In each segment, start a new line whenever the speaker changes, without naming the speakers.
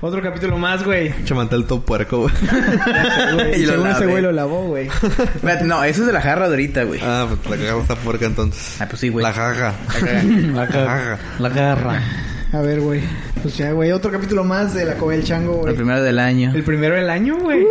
Otro capítulo más, güey.
Chamantel todo puerco, güey.
Y
Y lo
Según ese
lavé.
güey lo lavó, güey.
Espérate, No, eso es de la jarra de ahorita, güey.
Ah, pues la cagada está puerca entonces.
Ah, pues sí, güey.
La jaja.
La,
Ajá.
la garra.
A ver, güey. Pues ya, güey. Otro capítulo más de la Cobel Chango, güey.
El primero del año.
El primero del año, güey.
Uh-huh.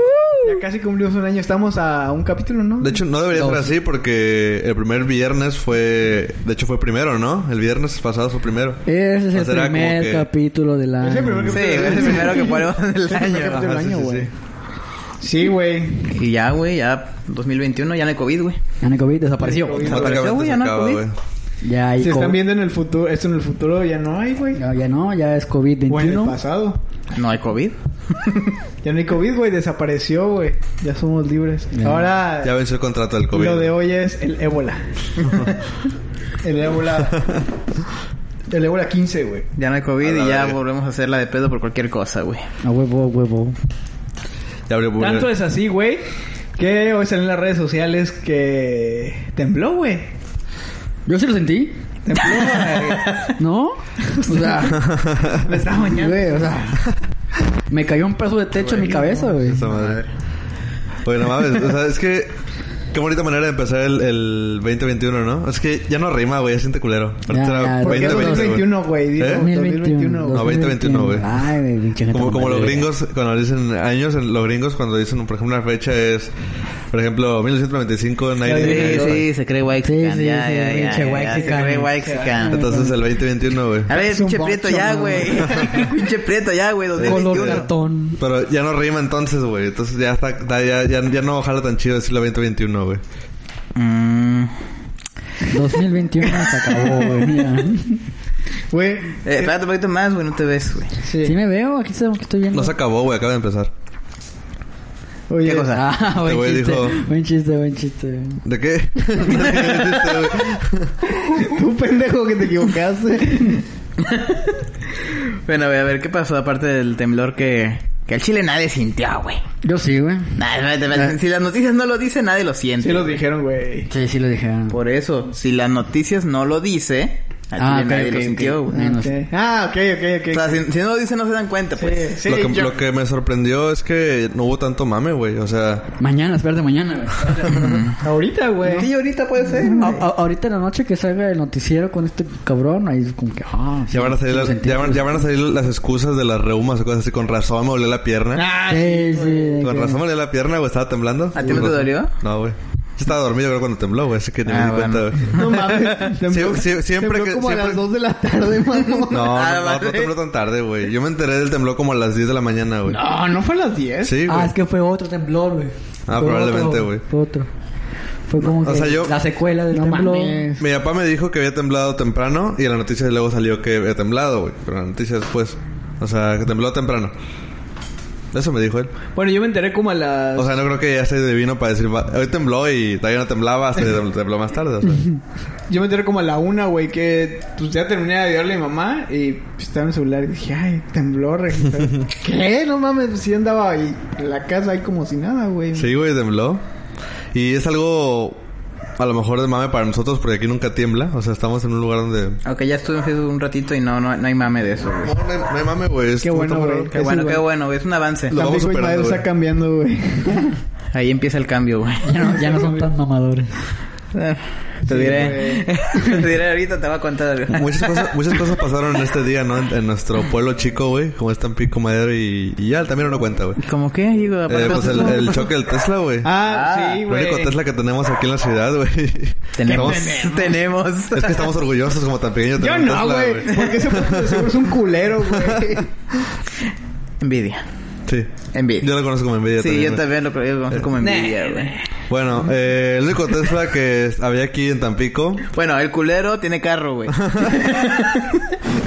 Ya casi cumplimos un año. Estamos a un capítulo, ¿no?
De hecho, no debería ser así porque el primer viernes fue... De hecho, fue primero, ¿no? El viernes pasado fue primero.
Eh,
Ese es
O
el
sea, era como
primer
que-
capítulo del
Es el
año.
primer
Sí, es el primero que ponemos del
capítulo
año.
del
Ajá, sí,
año,
sí,
güey.
sí.
Sí, güey.
Y ya, güey, ya 2021, ya no hay COVID, güey.
Ana COVID desapareció.
Ana COVID.
Desapareció,
Automáticamente
güey,
se
ya no hay
acaba,
COVID.
güey.
Ya hay
Si están
COVID.
viendo en el futuro, esto en el futuro ya no hay, güey.
Ya, ya no, ya es
O en el
COVID-21.
pasado.
No hay COVID.
Ya no hay COVID, güey. Desapareció, güey. Ya somos libres. Ahora,
Ya venció el contrato del COVID.
lo de hoy es el ébola. el ébola. El ébola 15, güey.
Ya no hay
A
COVID
la
y ya
verga.
volvemos a hacerla de pedo por cualquier cosa, güey.
A huevo, a huevo.
Ya abrió
Tanto es así, güey, que hoy salen las redes sociales que tembló, güey.
Yo sí lo sentí.
Tembló, güey.
¿No? O sea,
Me estaba bañando.
güey, o sea, me cayó un pedazo de techo en mi cabeza, güey.
Esa madre. Oye, no mames. O sea, es que... Qué bonita manera de empezar el, el 2021, ¿no? Es que ya no rima, güey. Ya siente culero. Ahorita
Ya,
era
ya,
¿Por qué
2020, güey.
2021, güey? Digo,
¿Eh?
2021.
2021.
No, 2021, güey.
Ay, güey, pinche gente
Como, como
mamona,
los
güey.
gringos, cuando dicen años, los gringos cuando dicen, por ejemplo, una fecha es, por ejemplo, 1995 en
Sí, sí, se cree Waxican.
Sí, sí,
ya, ya,
sí,
ya,
pinche
ya, Se
Waxican.
cree Waxican.
Entonces el 2021, güey.
A ver,
Es un
pinche prieto
bocho,
ya,
¿no?
güey. Pinche prieto ya, güey,
Color
2021.
cartón.
Pero ya no rima entonces, güey. Entonces ya está, da- ya, ya, ya no jala tan chido decirlo 2021, güey.
Mm.
2021 se acabó, güey. mira.
Güey,
Eh, espérate un poquito más, güey, no te ves, güey.
Sí. me veo, aquí estoy, aquí estoy viendo.
No se acabó, güey, acaba de empezar.
oye,
¿Qué cosa?
Ah,
Este
buen
güey
chiste,
dijo-
buen chiste, buen chiste.
¿De qué?
tú pendejo que te equivocaste.
Bueno, güey, a ver, ¿qué pasó aparte del temblor que... Que al Chile nadie sintió, güey.
Yo sí, güey.
Nah, espérate, espérate. Si las noticias no lo dicen, nadie Ah. lo siente.
Sí los dijeron, güey.
Sí, sí lo dije.
Por eso, si las noticias no lo dice, al
Ah,
Chile
ok,
nadie
ok,
lo
ok.
sintió, güey.
Ah, no
Ok.
sé.
Ah, ok, ok,
O sea,
ok.
si, si no lo dice, no se dan cuenta, pues.
Sí,
lo, que,
yo-
lo que me sorprendió es que no hubo tanto mame, güey. O sea,
Mañana, espérate, mañana, güey.
Ahorita, güey.
ahorita puede ser.
A- a- ahorita en la noche que salga el noticiero con este cabrón, ahí es como que, ah, sí,
ya van a salir
sí
las,
lo sentí.
ya van, ya van a salir las excusas de las reumas o cosas así. Con razón me dolió la pierna.
Ah,
Sí, sí.
Con
que-
razón me dolió la pierna, güey. Estaba temblando.
¿A ti no te dolió?
No, güey. Yo estaba dormido, creo, cuando tembló, güey. Así que ni me
Ah,
di cuenta,
bueno.
güey.
no mames. Tembló-
sí, siempre
tembló
que-
como a
siempre-
las 2 de la tarde, mano.
No,
Ah,
no, no,
vale.
no tembló tan tarde, güey. Yo me enteré del temblor como a las 10 de la mañana, güey.
No, no fue a las 10.
Sí, güey.
Ah, es que fue otro temblor, güey.
Ah,
Fue
probablemente,
otro,
güey.
Fue otro. Fue como
o
que
sea, yo-
la secuela del
No
temblor.
mames.
Mi papá me dijo que había temblado temprano y en la noticia luego salió que había temblado, güey. Pero la noticia después. O sea, que tembló temprano. Eso me dijo él.
Bueno, yo me enteré como a las...
O sea, no creo que ya se divino para decir, "Va, hoy tembló y todavía no temblaba hasta que tem- tembló más tarde. O sea.
Yo me enteré como a la una, güey, que pues ya terminé de ayudarle a mi mamá y pues, estaba en el celular y dije, ay, temblor. regresé". ¿Qué? No mames, pues sí andaba ahí en la casa ahí como si nada, güey.
Sí, güey, tembló. Y es algo a lo mejor de mame para nosotros porque aquí nunca tiembla. O sea, estamos en un lugar donde...
Aunque ya estuve en Facebook un ratito y no, no, no hay mame de eso, güey.
No, no hay- no hay mame, güey. Es
Qué
muy
bueno,
temblor.
güey.
Qué
Eso,
bueno,
güey.
qué bueno, güey. Es una avance.
Lo vamos
Tampico y
superando,
Madero
güey.
está cambiando, güey.
Ahí empieza el cambio, güey.
Ya no, ya no son tan mamadores.
Eh, Te
Sí,
diré. Te diré ahorita, te voy a contar. güey.
Muchas cosas, muchas cosas pasaron en este día, ¿no? En, en nuestro pueblo chico, güey. Como es Tampico, Madero y, y ya, también no cuenta, güey.
¿Cómo qué? Digo, aparte-
Eh, pues el, el choque del Tesla, güey.
Ah,
Ah,
sí,
El
güey.
único Tesla que tenemos aquí en la ciudad, güey.
Tenemos.
Estamos-
Tenemos.
es que estamos orgullosos como tan pequeño
Yo
tener un
no,
Tesla,
güey. Porque ese puto de seguro es un culero, güey.
Envidia.
Sí.
Envidia.
Yo lo conozco como envidia
Sí,
también,
yo
güey.
también lo conozco como envidia, güey.
Bueno, eh, el único Tesla que había aquí en Tampico,
Bueno, el culero tiene carro, güey.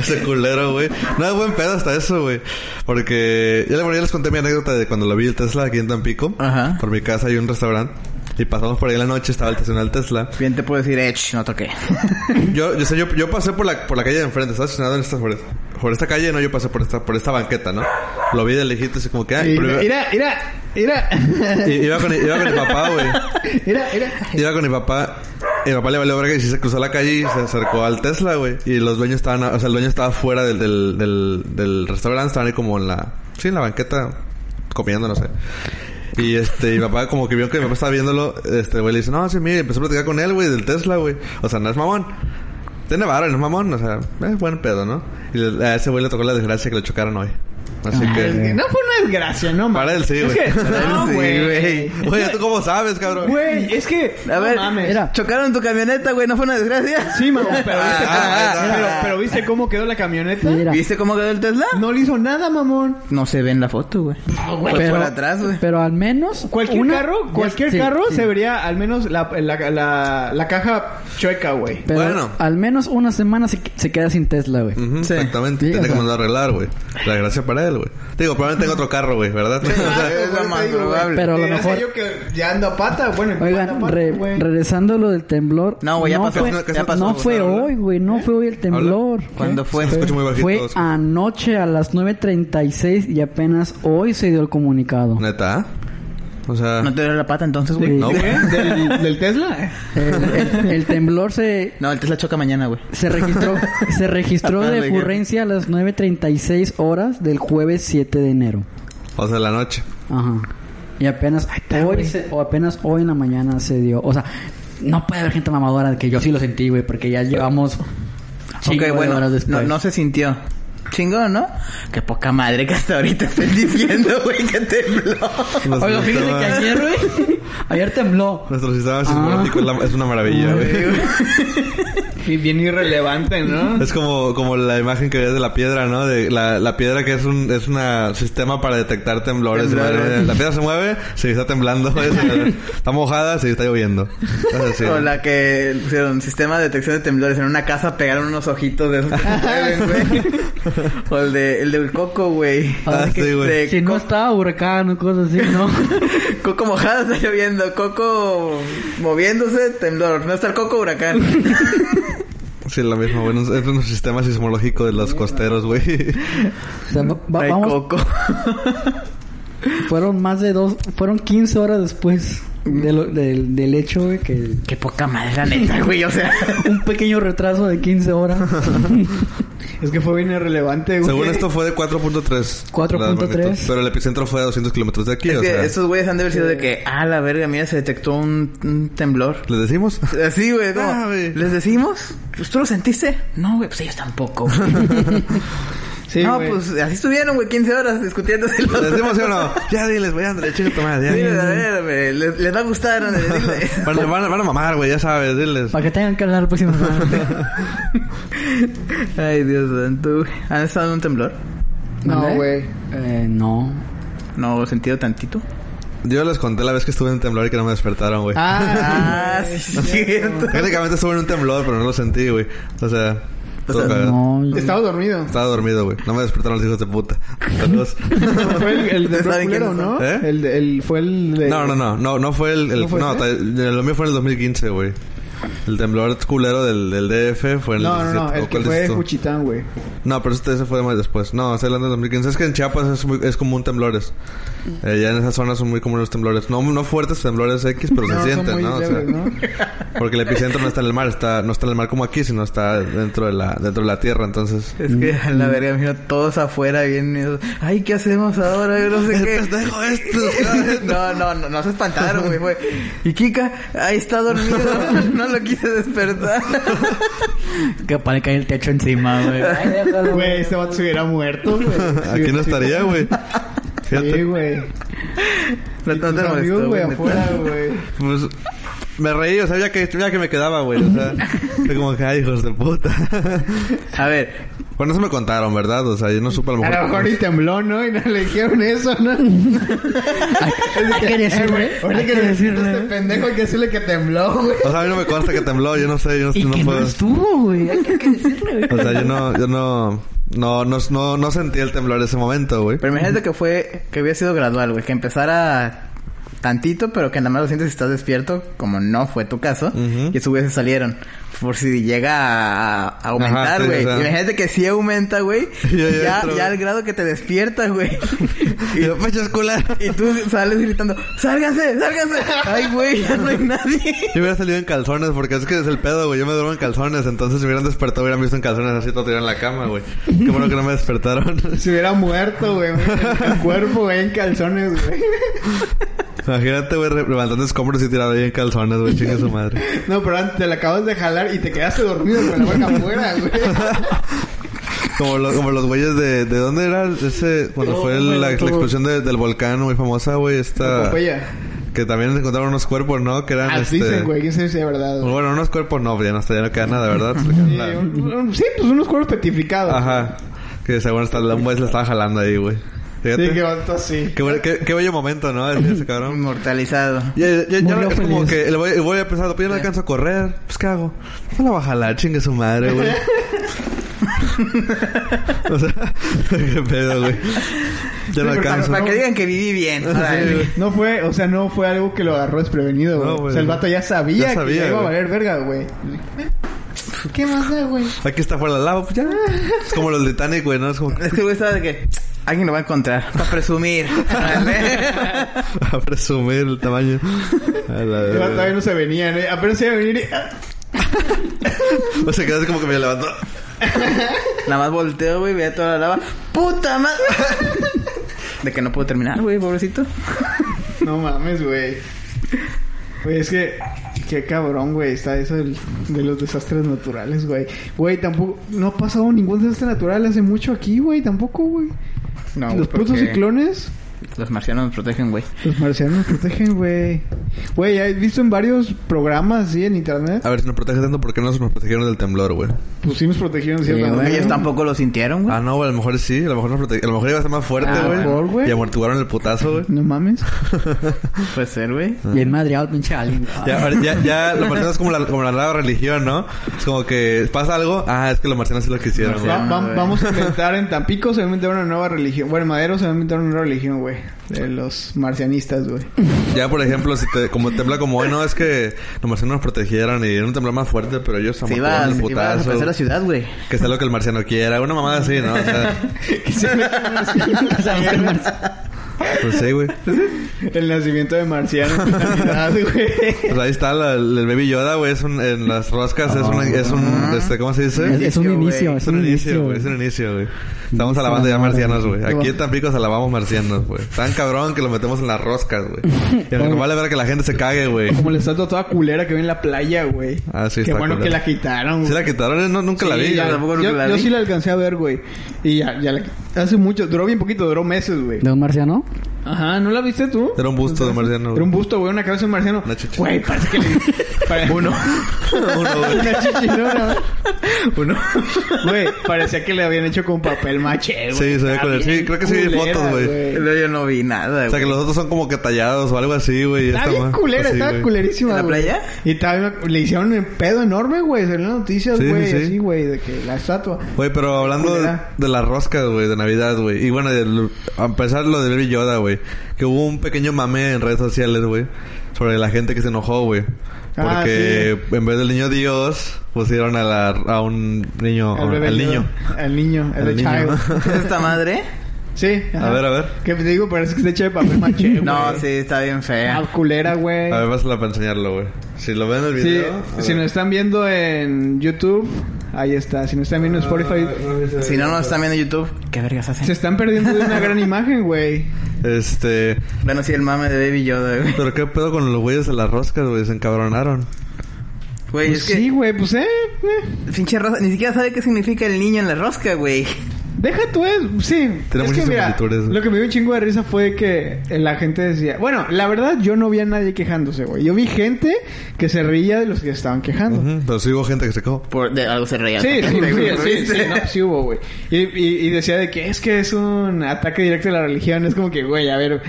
ese culero, güey. No, es buen pedo hasta eso, güey. Porque ya, le- bueno, ya les conté mi anécdota de cuando lo vi el Tesla aquí en Tampico.
Ajá.
Por mi casa hay un restaurante. Y pasamos por ahí en la noche, estaba el estacionado del Tesla.
Bien te puedo decir, ech, no toqué.
Yo, yo sé, yo, yo pasé por la, por la calle de enfrente, estaba estacionado en esta, por, por esta calle, no, yo pasé por esta, por esta banqueta, ¿no? Lo vi de lejitos así como que, ay, pero iba,
Mira, mira, mira.
i- iba con, iba con mi papá, güey.
Mira, mira.
Iba con mi papá Y mi papá le valió verga y sí se cruzó la calle y se acercó al Tesla, güey. Y los dueños estaban, o sea, el dueño estaba fuera del, del, del, del restaurante, estaban ahí como en la, sí, en la banqueta, comiendo, no sé. Y este, y mi papá como que vio que mi papá estaba viéndolo, este, güey, le dice, no, sí, mire, empezó a platicar con él, güey, del Tesla, güey. O sea, no es mamón. Tiene varo, no es mamón, o sea, es buen pedo, ¿no? Y le- a ese güey le tocó la desgracia que lo chocaron hoy. Así que...
No fue una desgracia, no mames.
Para él sí, güey.
Es que-
Para él
no,
sí,
güey.
Oye, ¿tú cómo sabes, cabrón?
Güey, es que.
A
no
ver,
mames.
mira.
chocaron tu camioneta, güey, no fue una desgracia.
Sí, mamón, pero
Ah,
viste,
ah,
cómo,
ah,
pero,
ah.
pero viste cómo quedó la camioneta.
Mira.
¿Viste cómo quedó el Tesla?
No le hizo nada, mamón.
No se ve en la foto, güey. Fue por atrás, güey.
pero al menos.
Cualquier
una-
carro,
ya-
cualquier
sí,
carro
sí.
se vería al menos la, la, la, la caja chueca, güey.
Pero
Bueno.
al menos una semana se, se queda sin Tesla, güey.
Ujú,
Sí.
Exactamente.
Sí,
Tiene
o
que
sea.
mandar a arreglar, güey. La gracia para él, güey. Te Digo, probablemente tenga otro carro, güey, ¿verdad? O sea,
es la más probable.
Pero a lo
Eh,
mejor-
yo que ya ando a pata, bueno, ando a
Oigan,
pata,
re-
güey.
regresando a lo del temblor.
No, güey, ya pasó,
Fue,
ya pasó,
no
güey.
fue
Habla.
hoy, güey. No fue hoy el temblor.
¿Cuándo
¿Qué?
fue?
Se escucha muy bajito.
Fue
escucha.
anoche a las 9.36 y apenas hoy se dio el comunicado.
Neta. O sea,
No te duele la pata entonces, güey.
Sí.
no,
¿De
güey.
qué? ¿Del, del Tesla?
El, el- el temblor se,
No, el Tesla choca mañana, güey.
se registró, se registró de ocurrencia a las 9.36 horas del jueves 7 de enero.
O sea, la noche.
Ajá. Y apenas hoy, se- o apenas hoy en la mañana se dio. O sea, no puede haber gente mamadora de que yo sí lo sentí, güey, porque ya llevamos. chingo de
ok, bueno,
horas después.
no, no se sintió. Chingón, ¿no? Qué poca madre que hasta ahorita estén diciendo, güey, que tembló.
Los sistemas-
Oiga, fíjate que ayer, güey. Ayer tembló.
Nuestro
Ah.
sistema sismológico es, la- es una maravilla, güey.
Y bien irrelevante, ¿no?
Es como, como la imagen que ves de la piedra, ¿no? De la, la piedra que es un es una sistema para detectar temblores.
Temblores.
La piedra se mueve, se está temblando. se- está mojada, se está lloviendo. Cosas así,
O
¿no?
la que hicieron sistema de detección de temblores en una casa pegaron unos ojitos de esos que se mueven, güey. O el de el del coco, güey.
Ah, sí, güey.
De
Si no
Eh, co-
estaba huracán o cosas así, ¿no?
coco mojada está lloviendo, coco moviéndose, temblor. No está el coco huracán.
Sí, lo mismo, güey. Es un sistema sismológico de los costeros, güey.
O sea, va- va-
Ay,
vamos,
coco.
fueron más de dos, fueron 15 horas después
Mm.
de lo- del, del hecho, güey, que
Qué poca madre, la neta, güey. O sea,
un pequeño retraso de 15 horas.
Es que fue bien irrelevante, güey.
Según esto fue de 4.3.
4.3.
la magnitud. Pero el epicentro fue a 200 kilómetros de aquí,
es
o
que
sea.
esos güeyes han de haber sido de que, ah, la verga, mira, se detectó un, un temblor.
¿Les decimos?
Así, güey, como,
Ah, güey.
¿les decimos? Pues, ¿Tú lo sentiste? No, güey, pues ellos tampoco.
Sí,
no,
güey.
pues así estuvieron, güey, 15 horas discutiéndose. los-
¿Les decimos sí o no? Ya diles, güey, André, chinga tu madre, ya.
Sí, a ver, güey, les, les va a gustar, ¿no? Dile.
Van, van- van a mamar, güey, ya sabes, diles.
Para que tengan que hablar pues, la próxima semana.
Ay, Dios santo. güey. ¿Han estado en un temblor?
No,
¿Mandé?
güey.
Eh, no.
No, he sentido tantito.
Yo les conté la vez que estuve en temblor y que no me despertaron, güey.
Ah,
Ah, sí, es cierto.
Técnicamente estuve en un temblor, pero no lo sentí, güey. O sea, todo cagado.
No. yo-
estaba dormido.
Estaba dormido, güey. No me despertaron los hijos de puta. Saludos.
fue el, el de
¿Saben
culero,
quiénes
¿no?
son? ¿Eh?
El, de- el- fue el de...
No, no, no, no, no fue el, el-
¿No fue
no,
ese?
ta- lo mío fue en el 2015, güey. El temblor culero del, del DF fue en el
No, no, no,
17, ¿o
el que
cuál
fue
dices tú?
Juchitán, güey.
No, pero este- ese fue más después. No, estoy hablando del 2015. Es que en Chiapas es, muy- es común temblores.
Mm.
Eh, ya en esa zona son muy comunes los temblores. No, no fuertes temblores X, pero se
No, son
sienten,
muy
Pues ¿no? O sea,
leves, ¿no?
Porque el epicentro no está en el mar, está, no está en el mar como aquí, sino está dentro de la, dentro de la tierra, entonces.
Es que a la verga, mira, todos afuera vienen. Ay, ¿qué hacemos ahora? Yo no sé
El
qué.
pendejo este,
No, no, no, no se espantaron, güey. fue, Y Kika, ahí está dormido. No lo quise despertar.
Que para caer el techo encima, güey. Ay, déjalo,
Güey, este vato se hubiera muerto, güey.
Aquí no estaría, güey.
Sí,
Fíjate.
güey.
No,
Y
no te
tus amigos, güey,
molestó, güey.
afuera, güey.
Pues me reí, o sea, ya que, ya que me quedaba, güey. O sea, fue como que, ay, hijos de puta.
A ver,
bueno, eso me contaron, ¿verdad? O sea, yo no supe a lo
A
mejor.
lo mejor y tembló, ¿no? Y no le dijeron eso, ¿no? Eh, Hay
que decirle, hay que decirle.
Este pendejo hay que decirle que tembló, güey.
O sea, a mí no me consta que tembló, yo no sé, yo no,
Y
no
que no
puedo-
estuvo, güey. Hay que hay que decirle,
O
güey.
sea, yo no, yo no, no, no, no, no sentí el temblor en ese momento, güey.
pero imagínate que fue, que había sido gradual, güey. Que empezara tantito, pero que nada más lo sientes si estás despierto, como no fue tu caso,
Ujú.
y esos se salieron. Por si llega a, a aumentar,
sí,
güey.
o sea.
Imagínate que sí aumenta, güey.
Ya, ya
Ya,
entró,
ya
güey.
al grado que te despiertas, güey.
Y yo, "Pachas, culera".
Y tú sales gritando, ¡sálganse, sálganse! ¡Ay, güey, ya no hay nadie!
Yo hubiera salido en calzones, porque es que es el pedo, güey. Yo me duermo en calzones, entonces si me hubieran despertado, hubieran visto en calzones así todo tirado en la cama, güey. Qué bueno que no me despertaron.
Se hubiera muerto, güey. El cuerpo, güey, en calzones, güey.
Imagínate, güey, re- levantando escombros y tirado ahí en calzones, güey. Chingue su madre.
No, pero antes te la acabas de jalar y te quedaste dormido con la boca afuera, güey.
Como, los- como los güeyes de... ¿De dónde era ese? Cuando
No,
fue
güey,
la, la
todo.
explosión de- del volcán muy famosa, güey. Esta...
Popeya.
Que también encontraron unos cuerpos, ¿no? Que eran,
Así
este...
dicen, Ah, güey. Que se dice de verdad, güey.
Bueno, unos cuerpos no, ya no, está- ya no queda nada, ¿verdad? Se
Sí,
queda la-
un- un- sí, pues unos cuerpos petrificados.
Ajá. Que según hasta la un güey se la estaba jalando ahí, güey. Fíjate.
Sí, que vato así.
Qué, bueno- qué- qué bello momento, ¿no? Ese, ese cabrón.
Inmortalizado.
Ya, ya, ya, ya
Murió
es como
feliz.
que le voy, le voy a pensar, pues ya no alcanzo a correr. Pues, ¿qué hago? Pues la va a jalar, chingue su madre, güey. o sea, qué pedo, güey. Ya no
pero
Para,
alcanzo.
para que digan que viví bien. Órale.
güey.
No fue, o sea, no fue algo que lo agarró desprevenido, güey.
No, güey.
o sea, el vato ya sabía,
Ya
que
sabía,
ya iba a
güey. Eh.
valer verga, güey. ¿Qué más da, güey?
Aquí está fuera la lava, pues ya. Es como los del Titanic, güey, ¿no? Es como...
Es que el güey estaba de que alguien lo va a encontrar. Para presumir. Órale.
a presumir el tamaño. A la
El vato todavía
verga.
no se venían, eh. Apenas se iba a venir y... ah,
O sea, que es como que me levanto.
Nada más volteo, güey, veía toda la lava. ¡Puta madre! De que no puedo terminar, güey, pobrecito.
No mames, güey. Güey, es que... Qué cabrón, güey. Está eso del- de los desastres naturales, güey. Güey, tampoco... No ha pasado ningún desastre natural hace mucho aquí, güey. Tampoco, güey.
No,
los
porque
putos ciclones...
Los marcianos nos protegen, güey.
Los marcianos nos protegen, güey. Güey, ¿has visto en varios programas así en internet?
A ver, si nos protege tanto, ¿por qué no nos protegieron del temblor, güey?
Pues sí nos protegieron, de
Sí,
¿cierto?
güey.
Ellos tampoco lo sintieron, güey.
Ah, no, güey, a lo mejor sí, a lo mejor nos prote- a lo mejor iba a ser más fuerte,
Ah,
güey.
mejor, güey.
y amortiguaron el putazo, güey.
No mames.
Puede ser, güey.
Bien madreado el pinche alien.
Ya, ahora- ya, ya, los marcianos es como la, como la nueva religión, ¿no? Es como que pasa algo, ah, es que los marcianos sí lo quisieron, güey.
Va- va-
güey.
vamos a inventar en Tampico, se va a inventar una nueva religión. Bueno, en Madero se va a inventar una nueva religión, güey. De los marcianistas, güey.
Ya, por ejemplo, si te, como tembla como, bueno, es que los marcianos nos protegieron y era un temblor más fuerte, pero ellos
Se iba,
amortiguaron el
se iba a
putazo.
desaparecer la ciudad, güey.
que sea lo que el marciano quiera, una mamada así, ¿no? O sea, pues sí, güey.
El nacimiento de marcianos. en realidad, güey.
Pues ahí está la- el baby Yoda, güey, es un, en las roscas, es un, es un, este, ¿cómo se dice?
Es, es un
Inicio,
inicio,
güey.
Es un inicio, güey. Es un inicio, güey. Estamos alabando
Ah,
ya marcianos, güey. Aquí en Tampico se alabamos marcianos, güey. Tan cabrón que lo metemos en las roscas, güey. Y nos vale ver que la gente se cague, güey.
Como la estatua toda culera que ve en la playa, güey.
Ah, sí,
Qué
está
bueno que
culera.
la quitaron, güey.
¿Sí la quitaron? Eh, No, nunca la
Sí,
vi.
ya,
güey.
tampoco
yo,
la
yo
vi.
sí la alcancé a ver, güey. Y ya, ya la... Hace mucho, duró bien poquito, duró meses, güey.
¿De un marciano?
Ajá, ¿no la viste tú?
Era un busto de marciano,
Era
güey.
un busto, güey, una cabeza de un marciano.
Una chichi.
Güey, parece que le... pare-
Uno, güey.
Una chichinora, Uno. Güey, parecía que le habían hecho con papel maché, güey.
Sí, se ve
Está
culero. Sí,
bien
creo que sí vi
culera,
fotos, güey.
No, yo no vi nada,
O sea,
güey.
que los otros son como que tallados o algo así, güey.
Está
Esta
bien
ma-
culera,
así,
estaba
güey.
culerísima,
¿En la
güey.
playa?
Y estaba, le hicieron un pedo enorme, güey. Salió en las noticias,
Sí, sí,
güey,
sí.
así, güey, de que la estatua.
Güey, pero hablando de,
Culera.
de las roscas, güey, de Navidad, güey. Y bueno, del- a empezar lo de Baby Yoda, güey. Que hubo un pequeño mame en redes sociales, güey. Sobre la gente que se enojó, güey.
Ah,
Porque en vez del niño Dios, pusieron a, la, a un niño,
Al bebé
al
Yoda.
niño.
Al niño, al
Al
de
niño.
child.
¿Es esta madre?
Sí. ajá.
A ver, a ver.
Que te digo, parece que está hecha de papel maché, güey.
No, sí, está bien
Ah,
fea.
culera, güey.
A ver, pásala para enseñarlo, güey. Si lo ven en el
Sí,
video... a
si
ver.
nos están viendo en YouTube, ahí está. Si nos están viendo en Spotify,
Si no nos están viendo en YouTube, ¿qué vergas
se
hacen?
están perdiendo de una gran imagen, güey.
Este...
Bueno, sí, el mame de Baby Yoda, güey.
Pero qué pedo con los güeyes de las roscas, güey. Se encabronaron.
Güey,
Pues
es que
sí, güey, pues eh, eh.
pinche rosca, ni siquiera sabe qué significa el niño en la rosca, güey.
Deja tú eso, sí.
Tiene
es que
muchas
mira,
similitudes.
lo que me dio un chingo de risa fue que la gente decía, bueno, la verdad yo no vi a nadie quejándose, güey. Yo vi gente que se reía de los que estaban quejando.
Ujú, Pero sí hubo gente que se quejó.
Por, de algo se reía.
Sí, sí, sí, sí, sí,
¿Viste?
no, sí hubo, güey. Y, y- y decía de que es que es un ataque directo a la religión. Es como que, güey, a ver,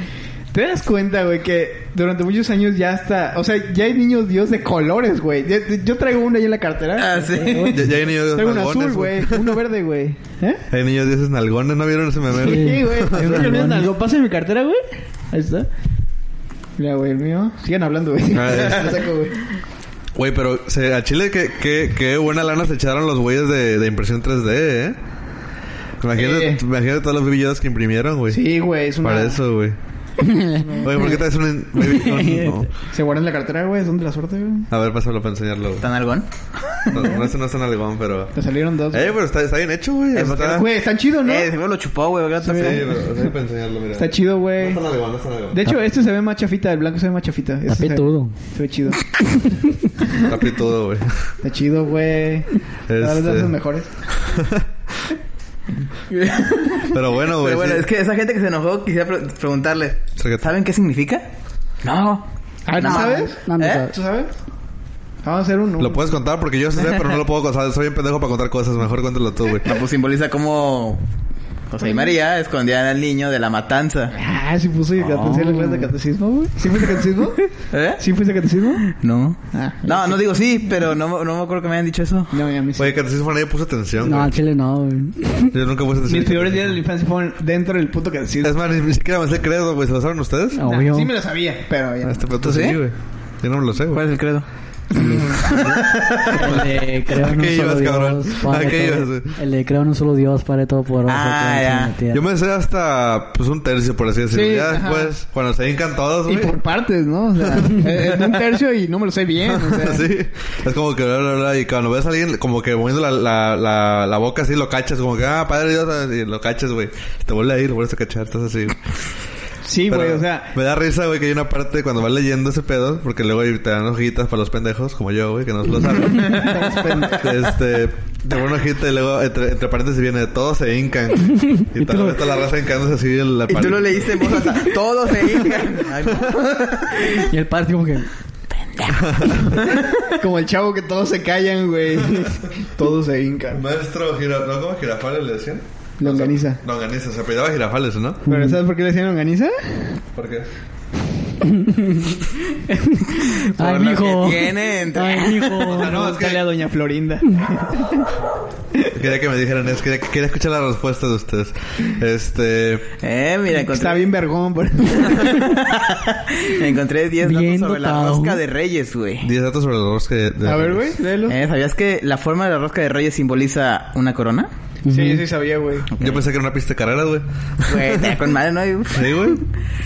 ¿te das cuenta, güey, que durante muchos años ya está... O sea, ya hay niños dios de colores, güey. Ya- Yo, traigo uno ahí en la cartera.
Ah, sí.
Ya, ya hay niños
Traigo un azul,
nalgones,
güey. Uno verde, güey. ¿Eh?
Hay niños dioses nalgones, ¿no vieron ese meme?
Sí,
güey?
güey.
Traigo un
Yo tenía
nalgón.
nalgón. Pásame mi cartera, güey. Ahí está. Mira, güey, el mío. Sigan hablando, güey.
Ah, ya.
Lo saco, güey.
Güey, pero se- a Chile qué, qué, qué buena lana se echaron los güeyes de, de impresión 3D, ¿eh? Imagínate,
Eh.
imagínate todos los Baby Yodas que imprimieron, güey.
Sí, güey, es una.
Para eso, güey. Oye, ¿por qué traes un... en- baby- un- no.
Se guardan en la cartera, güey, son de la suerte, güey.
A ver, pásalo para enseñarlo, güey.
¿Tan algón?
No, no, eso no es tan alegón, pero...
Te salieron dos.
Eh, pero está, está bien hecho, güey.
¿por qué
Está...
Güey, están chidos, Eh, ¿no?
Eh, seguro lo chupó, güey. ¿verdad?
Sí,
También.
pero está para enseñarlo, mira.
Está chido,
No
güey.
es tan alegón, no es tan alegón.
De hecho, este se ve más chafita, el blanco se ve más chafita. Este
Está
se-
pitudo.
Se ve chido.
Está pitudo, güey.
Está chido, güey. Cada vez
Este.
de los mejores.
Pero bueno, güey.
Pero bueno,
sí.
es que esa gente que se enojó quisiera pre- preguntarle.
Sácate.
¿Saben qué significa? No.
Ah, ¿tú
No.
sabes?
No, no
¿Eh?
sabes.
¿Tú sabes? Vamos a hacer un...
Lo puedes contar porque yo sí sé, pero no lo puedo contar. Soy bien pendejo para contar cosas. Mejor cuéntalo tú, güey.
No, pues simboliza cómo José y María escondían al niño de la matanza.
Ah, sí puse atención a la clase de catecismo, güey. ¿Sí fuiste a catecismo?
¿Eh?
¿Sí fuiste a catecismo?
No.
Ah,
No, no digo sí, pero no, no me acuerdo que me hayan dicho eso.
No, ya mis...
Oye, catecismo nadie puso atención,
No,
güey.
al chile no, güey.
Yo nunca puse atención.
Mis peores días de la infancia fueron dentro del puto catecismo.
Es más, ni, ni siquiera me sé el credo, güey. ¿Se lo saben ustedes?
No.
Nah,
Obvio.
Sí me lo sabía, pero ya.
Ah, Este pedo
¿Tú sí?
sí, güey. Yo no me lo sé,
¿Cuál
güey.
es el credo?
El de creo en
¿A
un
qué
solo
ibas, cabrón?
Dios. Padre
¿A qué
todo-
ibas, güey?
El de creo en un solo Dios, Padre Todopoderoso.
Ah,
que
ya.
hace la tierra.
Yo me sé hasta, pues, un tercio, por así decirlo.
Sí,
ya
ajá.
después, cuando se hincan todos,
Y
güey.
por partes, ¿no? O sea, es un tercio y no me lo sé bien. O sea,
sí. Es como que bla, bla, bla, Y cuando ves a alguien como que moviendo la, la, la, la boca así, lo cachas. Como que, ah, padre Dios. Y lo cachas, güey. Te vuelve a ir, lo vuelves a cachar. Estás así. güey.
Sí, güey,
Pero
o sea,
Me da risa, güey, que hay una parte cuando vas leyendo ese pedo. Porque luego ahí te dan hojitas para los pendejos, como yo, güey, que no lo saben. este... Te pone una hojita y luego, entre, entre paréntesis viene, todos se hincan. Y, tal vez toda la raza hincándose así en la
Y tú
pared.
lo leíste en voz alta. Todos se hincan. Ay,
Y el padre, así como que.
como el chavo que todos se callan, güey. todos se hincan.
Maestro Girafales, ¿no? ¿Cómo Girafales le decían?
Longaniza.
Longaniza, se apellidaba Girafales, ¿no?
¿Pero sabes por qué le decían longaniza?
¿Por qué?
Ay,
por lo
mijo.
que tiene entre-
Ay, mijo.
sea, no, es que-
Oh, Dale a Doña Florinda.
Quería que me dijeran, es que quería escuchar la respuesta de ustedes. Este.
Eh, mira, encontré.
Está bien vergón, por...
Encontré 10 datos
Bien
sobre la
dotado.
rosca de reyes, güey.
10 datos sobre los dos que. de-
A ver, güey, léelo.
Eh, ¿Sabías que la forma de la rosca de reyes simboliza una corona?
Sí, sí sabía, güey.
Yo pensé que era una pista de carreras, güey.
Güey, te da con madre, ¿no? Uf.
Sí, güey.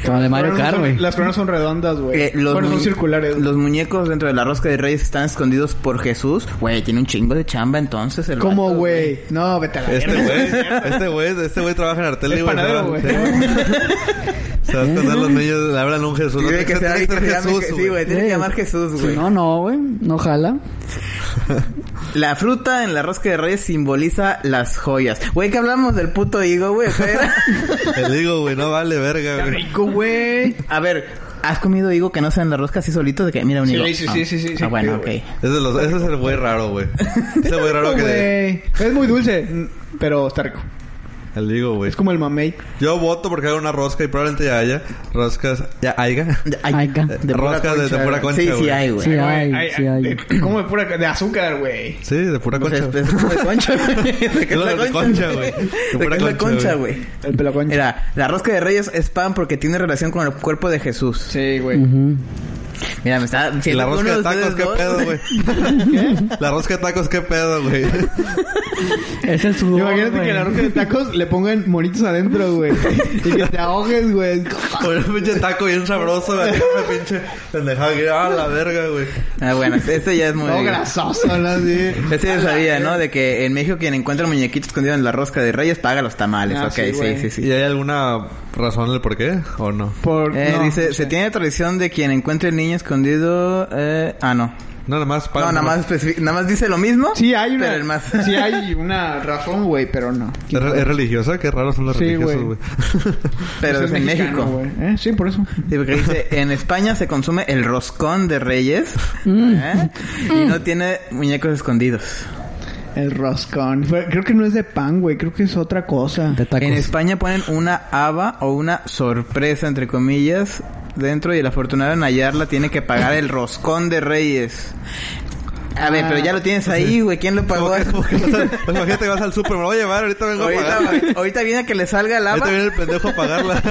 Como de Mario
Pero no
Kart,
son-
güey.
Las coronas son redondas, güey.
Eh, los
bueno, son
mu-
circulares.
Los muñecos dentro de la rosca de reyes están escondidos por Jesús. Güey, tiene un chingo de chamba entonces. El
¿Cómo,
vato,
güey? No, vete a la
Este
verga.
güey, este güey, este güey trabaja en Arteli,
Es
güey.
panadero, güey.
Sí, Se va a esconder los niños, le hablan a un Jesús.
Tiene que
Tiene
ser
que
alguien
ser
que se llame
Jesús,
Je- Sí, güey, tiene que
Sí.
llamar Jesús,
Si
güey.
no, no, güey. No jala.
La fruta en la rosca de reyes simboliza las joyas. Güey, que hablamos del puto higo, güey. Espera.
Te digo, güey, no vale verga, güey.
Rico, güey.
A ver, ¿has comido higo que no sea en la rosca así solito? De que mira un
Sí,
higo.
sí, sí,
Ah.
sí, sí, sí,
Ah, bueno, ok.
güey.
Ese es, los- ese es el güey raro, güey. Ese güey raro que...
Güey. Es muy dulce, mm, pero está rico.
El digo, güey.
Es como el mamey.
Yo voto porque haga una rosca y probablemente ya haya roscas... Ya haya.
De-
Ay, ca-
de pura
Roscas de- de pura
concha, güey.
concha,
Sí, sí
güey.
hay, güey.
Sí, hay,
Ay,
sí, hay.
de- Como de pura... De azúcar, güey.
Sí, de pura
Pues
concha.
es- es como de concha, güey. De que
Es lo
es la
de concha, güey.
De
De
que
pura
es la
concha,
concha,
güey.
güey.
El peloconcha.
Mira, la rosca de reyes es pan porque tiene relación con el cuerpo de Jesús.
Sí, güey.
Ujú.
Mira, me está
Y
diciendo
la
que uno
rosca de tacos,
ustedes
qué
dos-
pedo, güey. La rosca de tacos, qué pedo, güey.
Es el sudor.
Imagínate que
güey.
en la roca de tacos le pongan monitos adentro, güey. Y que te ahogues, güey.
Con un pinche taco bien sabroso, güey. Una pinche pendejada que... Ah, la verga, güey.
Ah, bueno, este ya es muy...
Todo grasoso, ¿no? Así.
Este ya sabía, ¿no? De que en México quien encuentra el muñequito escondido en la rosca de reyes paga los tamales.
Ah,
ok,
sí,
sí,
güey.
sí, sí.
¿Y hay alguna razón del por qué? ¿O no?
Por...
Eh,
no,
dice,
no
se
sé.
tiene tradición de quien encuentre el niño escondido... Eh... Ah, no.
No, nada más...
No,
para-
nada más, especifi- nada más dice lo mismo.
Sí hay una...
Pero el más...
Sí hay una razón, güey, pero no.
¿Es, re- es religiosa? Qué raros son los
Sí,
religiosos,
güey.
güey.
pero
Pues
es en
mexicano,
México.
güey. ¿Eh? Sí, por eso.
Sí, porque dice, en España se consume el roscón de reyes
Mm.
¿eh? y no tiene muñecos escondidos.
El roscón. Fue- Creo que no es de pan, güey. Creo que es otra cosa.
De tacos.
En España ponen una haba o una sorpresa, entre comillas, dentro y el afortunado en hallarla tiene que pagar el roscón de reyes. A ver, pero ya lo tienes
Ah.
ahí, güey. ¿Quién lo pagó?
Como que- como que vas al- pues imagínate que vas al súper, me lo voy a llevar, ahorita vengo a
Ahorita,
pagar.
ahorita viene a que le salga lava.
Ahorita viene el pendejo a pagarla.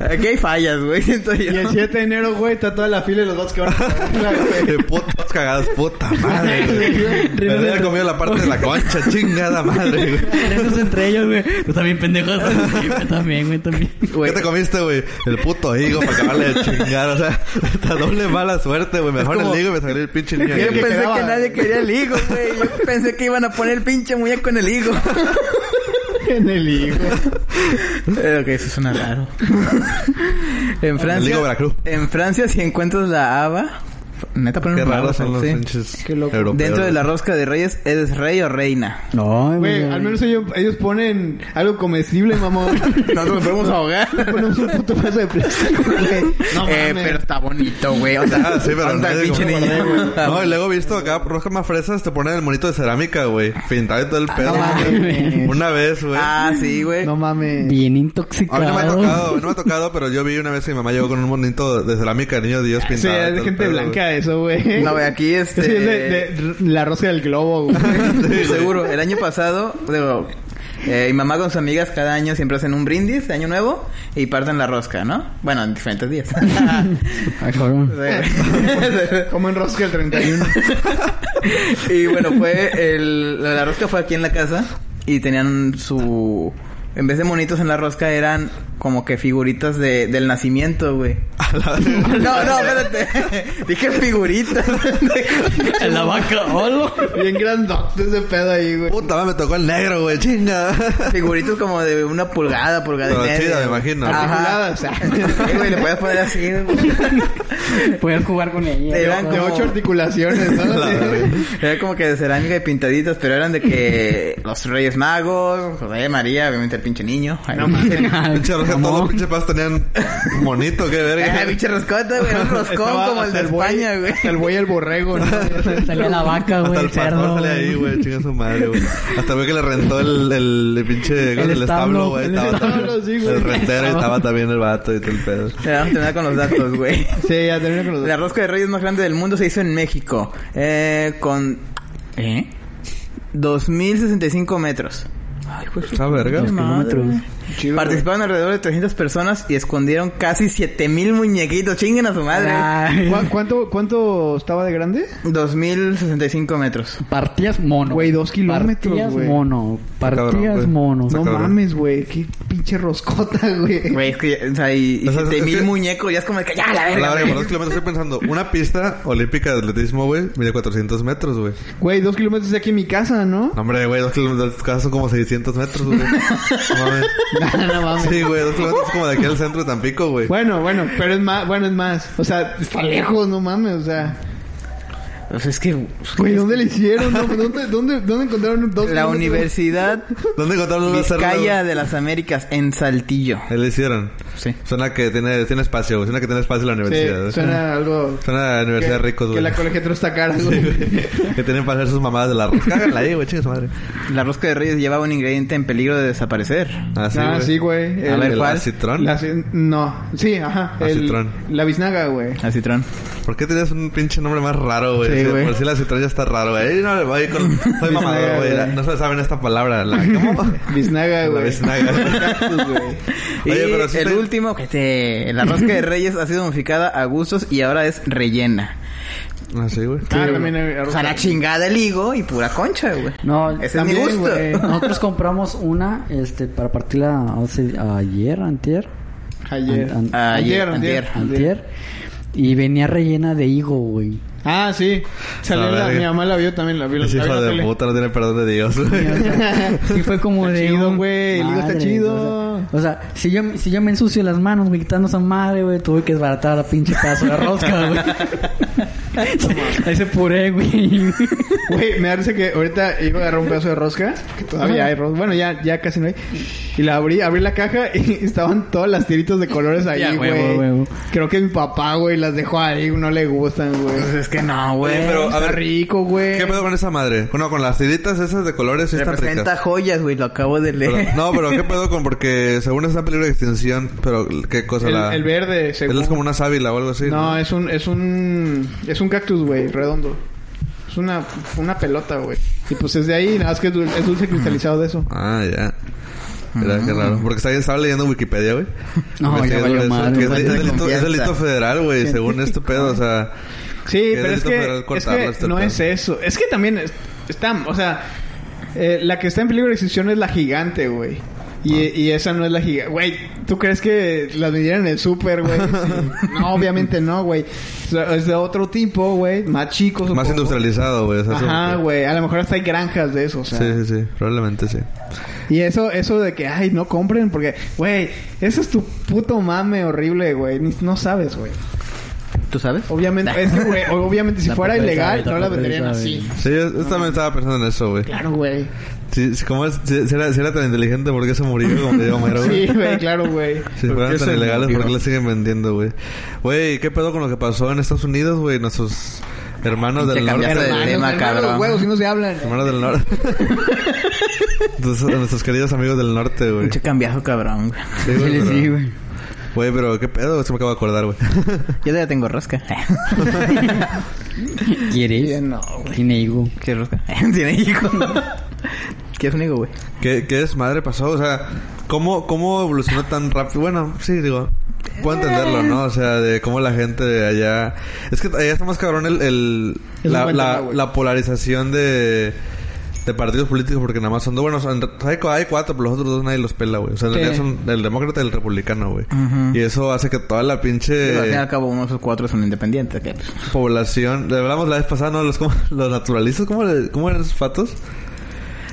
Aquí hay fallas, güey. Siento yo.
Y el 7 de enero, güey, está toda la fila de los dos que van a pagarla, güey.
De putas cagadas, puta madre. güey. Me había comido la parte de la concha, chingada madre. güey.
Esos entre ellos, güey. Tú también, pendejo. Sí, güey, también, güey, también.
¿Qué te comiste, güey? El puto higo para acabarle de chingar. O sea, esta doble mala suerte, güey. Mejor
como-
el higo y me salió el pinche niño.
Yo
que
pensé
quedaba.
que nadie quería el higo, güey. Yo pensé que iban a poner el pinche muñeco en el higo.
En el hijo.
Pero que Eh, eso suena raro. en
El higo
Francia,
Veracruz.
en Francia si encuentras la haba, neta ponen
Qué
una haba,
raros son los
sí.
pinches
Qué loco.
europeos.
Dentro de la rosca de reyes, ¿eres rey o reina?
No,
Güey, al menos ellos, ellos ponen algo comestible, mamón.
Nosotros nos podemos ahogar.
Ponemos un puto pedazo de plástico, güey. No
eh,
mames.
pero está bonito, güey. O sea,
Ah, sí, pero
anda el
nadie
pinche
como-
niño.
No, y luego he visto acá, roja más fresas, te ponen el monito de cerámica, güey. Pintado y todo el pedo.
Ah, no
mames.
una vez, güey.
Ah, sí, güey.
No mames.
A
Bien
mí
intoxicado.
no me ha tocado, no me ha tocado, pero yo vi una vez que mi mamá llegó con un monito de cerámica, niño Dios
O
pintado.
sea, es
y
de
todo el
gente
pedo,
blanca eso, güey.
No, güey, aquí este...
Sí, es de, de la rosca del globo, güey.
güey. Sí, güey.
Seguro, el año pasado, digo, eh, mi mamá con sus amigas cada año siempre hacen un brindis de año nuevo y parten la rosca, ¿no? Bueno, en diferentes días.
Ay, cabrón.
Como en rosca del 31.
y bueno, fue el, la la rosca fue aquí en la casa y tenían su en vez de monitos en la rosca eran como que figuritas de, del nacimiento, güey.
A la verga.
No, no, espérate. Dije figuritas.
La vaca, olo.
Bien grandote ese pedo ahí, güey.
Puta, madre, me tocó el negro, güey, chinga.
Figuritas como de una pulgada, pulgada y
Pero
media.
chida, me imagino.
Ajá.
Articuladas.
Sí, güey, le podías poner así. güey.
Puedes jugar con ella.
Te
yo
van
De
creo.
ocho articulaciones, ¿no?
La
Así.
verga.
Era como que de cerámica y pintaditas, pero eran de que los Reyes Magos, José María, obviamente el pinche niño. No mames.
Pinche roja, todos los pinches pasos tenían monito, qué
Ah,
verga.
pinche roscota, güey. Un roscón
eh, Estaba
como el
hasta
de
buey-
España, güey.
Hasta el buey y el borrego, ¿no?
Salía la vaca, güey.
Hasta el
el cerdo.
pastor sale ahí, güey, chinga su madre, güey. Hasta el güey que le rentó el, el, el pinche el,
establo,
establo, güey.
el
estaba
establo,
también.
sí, güey.
El rentero y estaba también el vato y todo el pedo.
Ya, Vamos a terminar con los datos, güey.
Sí, ya termino con los
La
dos.
rosca de reyes más grande del mundo se hizo en México. Eh, con... ¿Eh? 2.065 metros. Ay, güey.
Ah, verga.
Dos kilómetros.
Chido,
Participaron alrededor de 300 personas y escondieron casi 7.000 muñequitos. Chinguen a su madre.
güey.
Ay.
¿Cu- ¿Cuánto, ¿Cuánto estaba de grande?
2.065 metros.
Partías mono.
Güey, dos kilómetros,
Partías
güey.
mono.
Cabrón,
Partías
güey.
mono.
Está
No
cabrón.
mames, güey. Qué pinche roscota, güey.
Güey, es que, ya- o sea, y, y
O sea, es-
7000
es que-
muñecos, ya es como de que ya, la
A
verga.
La verga, por
güey.
dos kilómetros estoy pensando. Una pista olímpica de atletismo, güey, mide 400 metros, güey.
Güey, dos kilómetros de aquí en mi casa, ¿no?
No, hombre, güey, dos kilómetros casas son como 600 metros, güey. No mames.
No, no mames.
Sí, güey, dos kilómetros es como de aquí al centro de Tampico, güey.
Bueno, bueno, pero es más, bueno, es más. O sea, está lejos, no mames, o sea.
O
pues,
sea, es que.
Güey, ¿dónde le hicieron? No, pues, ¿Dónde, dónde, dónde encontraron dos
La
kilómetros?
Universidad
¿Dónde encontraron los
Vizcaya de las Américas en Saltillo.
Ahí lo hicieron.
Sí.
Suena que tiene, tiene espacio, güey. Suena que tiene espacio la universidad.
Sí,
güey.
suena algo...
Suena a universidad
que,
ricos,
Que
güey.
la colegiatura está cara, güey.
Que tienen para hacer sus mamadas de la roca. Cáganla ahí, güey, chinga su madre.
La rosca de Reyes llevaba un ingrediente en peligro de desaparecer.
Así,
ah, sí, güey.
A
El-
ver, ¿cuál?
¿cuál?
Acitrón.
La ci- no, sí, ajá. el-
Acitrón.
la biznaga, güey.
Acitrón.
¿Por qué tenías un pinche nombre más raro, güey?
Sí,
Sí,
güey.
Por si la citrón ya está raro, güey. Ahí No, le voy con... Soy mamador, güey. La- No se saben esta palabra. La... ¿Cómo?
Biznaga,
La
güey. Ah,
biznaga.
Cactus, güey.
Y
Oye, pero sí
el
te-
último, este, la rosca de Reyes ha sido modificada a gustos y ahora es rellena.
Así, güey.
Ah, también...
O sea, la chingada el higo y pura concha, güey.
No,
Ese es mi
también,
gusto.
güey. Nosotros compramos una este, para partirla hace- ayer, antier.
Ayer.
An- an-
Ah, Ayer,
Ayer,
antier,
antier,
Antier. Y venía rellena de higo, güey.
Ah, sí. Salió
La
la,
verga.
mi mamá la vio también, la vio. la
Es
la vio
hijo
en la
de
tele.
puta, no tiene perdón de Dios, güey.
Sí fue como
Está
de
chido,
un-
güey, el higo está
madre,
chido.
O sea, o sea, si yo si yo me ensucio las manos, güey, quitando esa madre, güey, tuve que desbaratar la pinche pedazo de rosca, güey. Ahí se puré, güey.
Güey, me parece que ahorita iba a agarrar un pedazo de rosca, que todavía hay rosca. Bueno, ya, ya casi no hay. Y la abrí, abrí la caja y estaban todas las tiritas de colores ahí,
Ya,
güey.
huevo, huevo.
Creo que mi papá, güey, las dejó ahí, no le gustan, güey.
Pues es que no, güey.
Oye, pero- a
Está
ver,
rico, güey.
¿Qué pedo con esa madre? Bueno, con las tiritas esas de colores sí están
Representa
ricas.
joyas, güey. Lo acabo de leer.
Pero- no, pero ¿qué pedo con? Porque según está en peligro de extinción, pero ¿qué cosa?
El,
la...
el verde,
Él
según.
es como una sábila o algo así.
No, es un, es un, es un cactus, güey, redondo. Es una, una pelota, güey. Y pues es de ahí, nada más que es dul- es dulce cristalizado de eso.
Ah, ya. Mira,
Mm.
qué raro. Porque está- estaba leyendo Wikipedia, güey.
No,
Investigando
ya valió
eso,
madre,
que es,
fuente
es
de
delito, es
confianza.
delito federal, güey, según este pedo. O sea,
Sí,
Que
pero es
delito federal
que, es
cortarlo,
que
este
no
pedo.
es eso. Es que también es- está, o sea, eh, la que está en peligro de extinción es la gigante, güey. Y,
Ah.
y esa no es la gigante. Güey, ¿tú crees que las midieron en el súper, güey? Sí. No, obviamente no, güey. Es de- Es de otro tipo, güey. Más chico,
más
supongo.
industrializado, güey. o sea,
Ajá,
supongo.
güey. A lo mejor hasta hay granjas de eso, o sea.
Sí, sí, sí. Probablemente sí.
Y eso, eso de que, ay, no compren porque, güey, eso es tu puto mame horrible, güey. Ni- No sabes, güey.
¿Tú sabes?
Obviamente, es que, güey, obviamente si
Tampoco
fuera
él
ilegal, no
sabe,
la
tampoco él
venderían
sabe.
así.
Sí, yo, yo también estaba pensando en eso, güey.
Claro, güey.
Sí, sí, ¿Cómo es? Si, si era, si era tan inteligente, ¿por qué se murió? Como te digo, Homero, güey?
Sí, güey, claro, güey.
Si
¿Por
fueran
qué
tan
se
ilegales,
murió?
¿por qué le siguen vendiendo, güey? Güey, ¿qué pedo con lo que pasó en Estados Unidos, güey? Nuestros hermanos
Te
del norte.
cambiaste de
güey.
tema,
hermanos,
cabrón.
Los huevos si no se hablan.
Hermanos del norte. Entonces, a nuestros queridos amigos del norte, güey.
Pinche cambiazo, cabrón. güey.
Sí, güey, pero-
Sí, güey.
Güey, pero qué pedo, se me acabo de acordar, güey.
Yo ya tengo rosca.
¿Quieres?
No,
Tiene higo.
¿Quieres rosca? Tiene hijo. ¿Quieres un hijo, güey?
¿Qué, qué desmadre pasó? O sea, ¿cómo, ¿cómo evolucionó tan rápido? Bueno, sí, digo, puedo entenderlo, ¿no? O sea, de cómo la gente de allá... Es que allá está más cabrón el, el-
Es
la,
un buen
la-
tema, güey.
la polarización de, de partidos políticos, porque nada más son dos. Bueno, son- hay, cu- hay cuatro, pero los otros dos nadie los pela, güey. O sea, en
Sí.
realidad son el demócrata y el republicano, güey.
Ujú.
Y eso hace que toda la
Pero al fin y
pinche
al cabo, uno de esos cuatro son independientes. que, pues,
población... Le hablamos la vez pasada, ¿no? Los, ¿cómo- los naturalistas, ¿cómo, le- ¿cómo eran esos patos?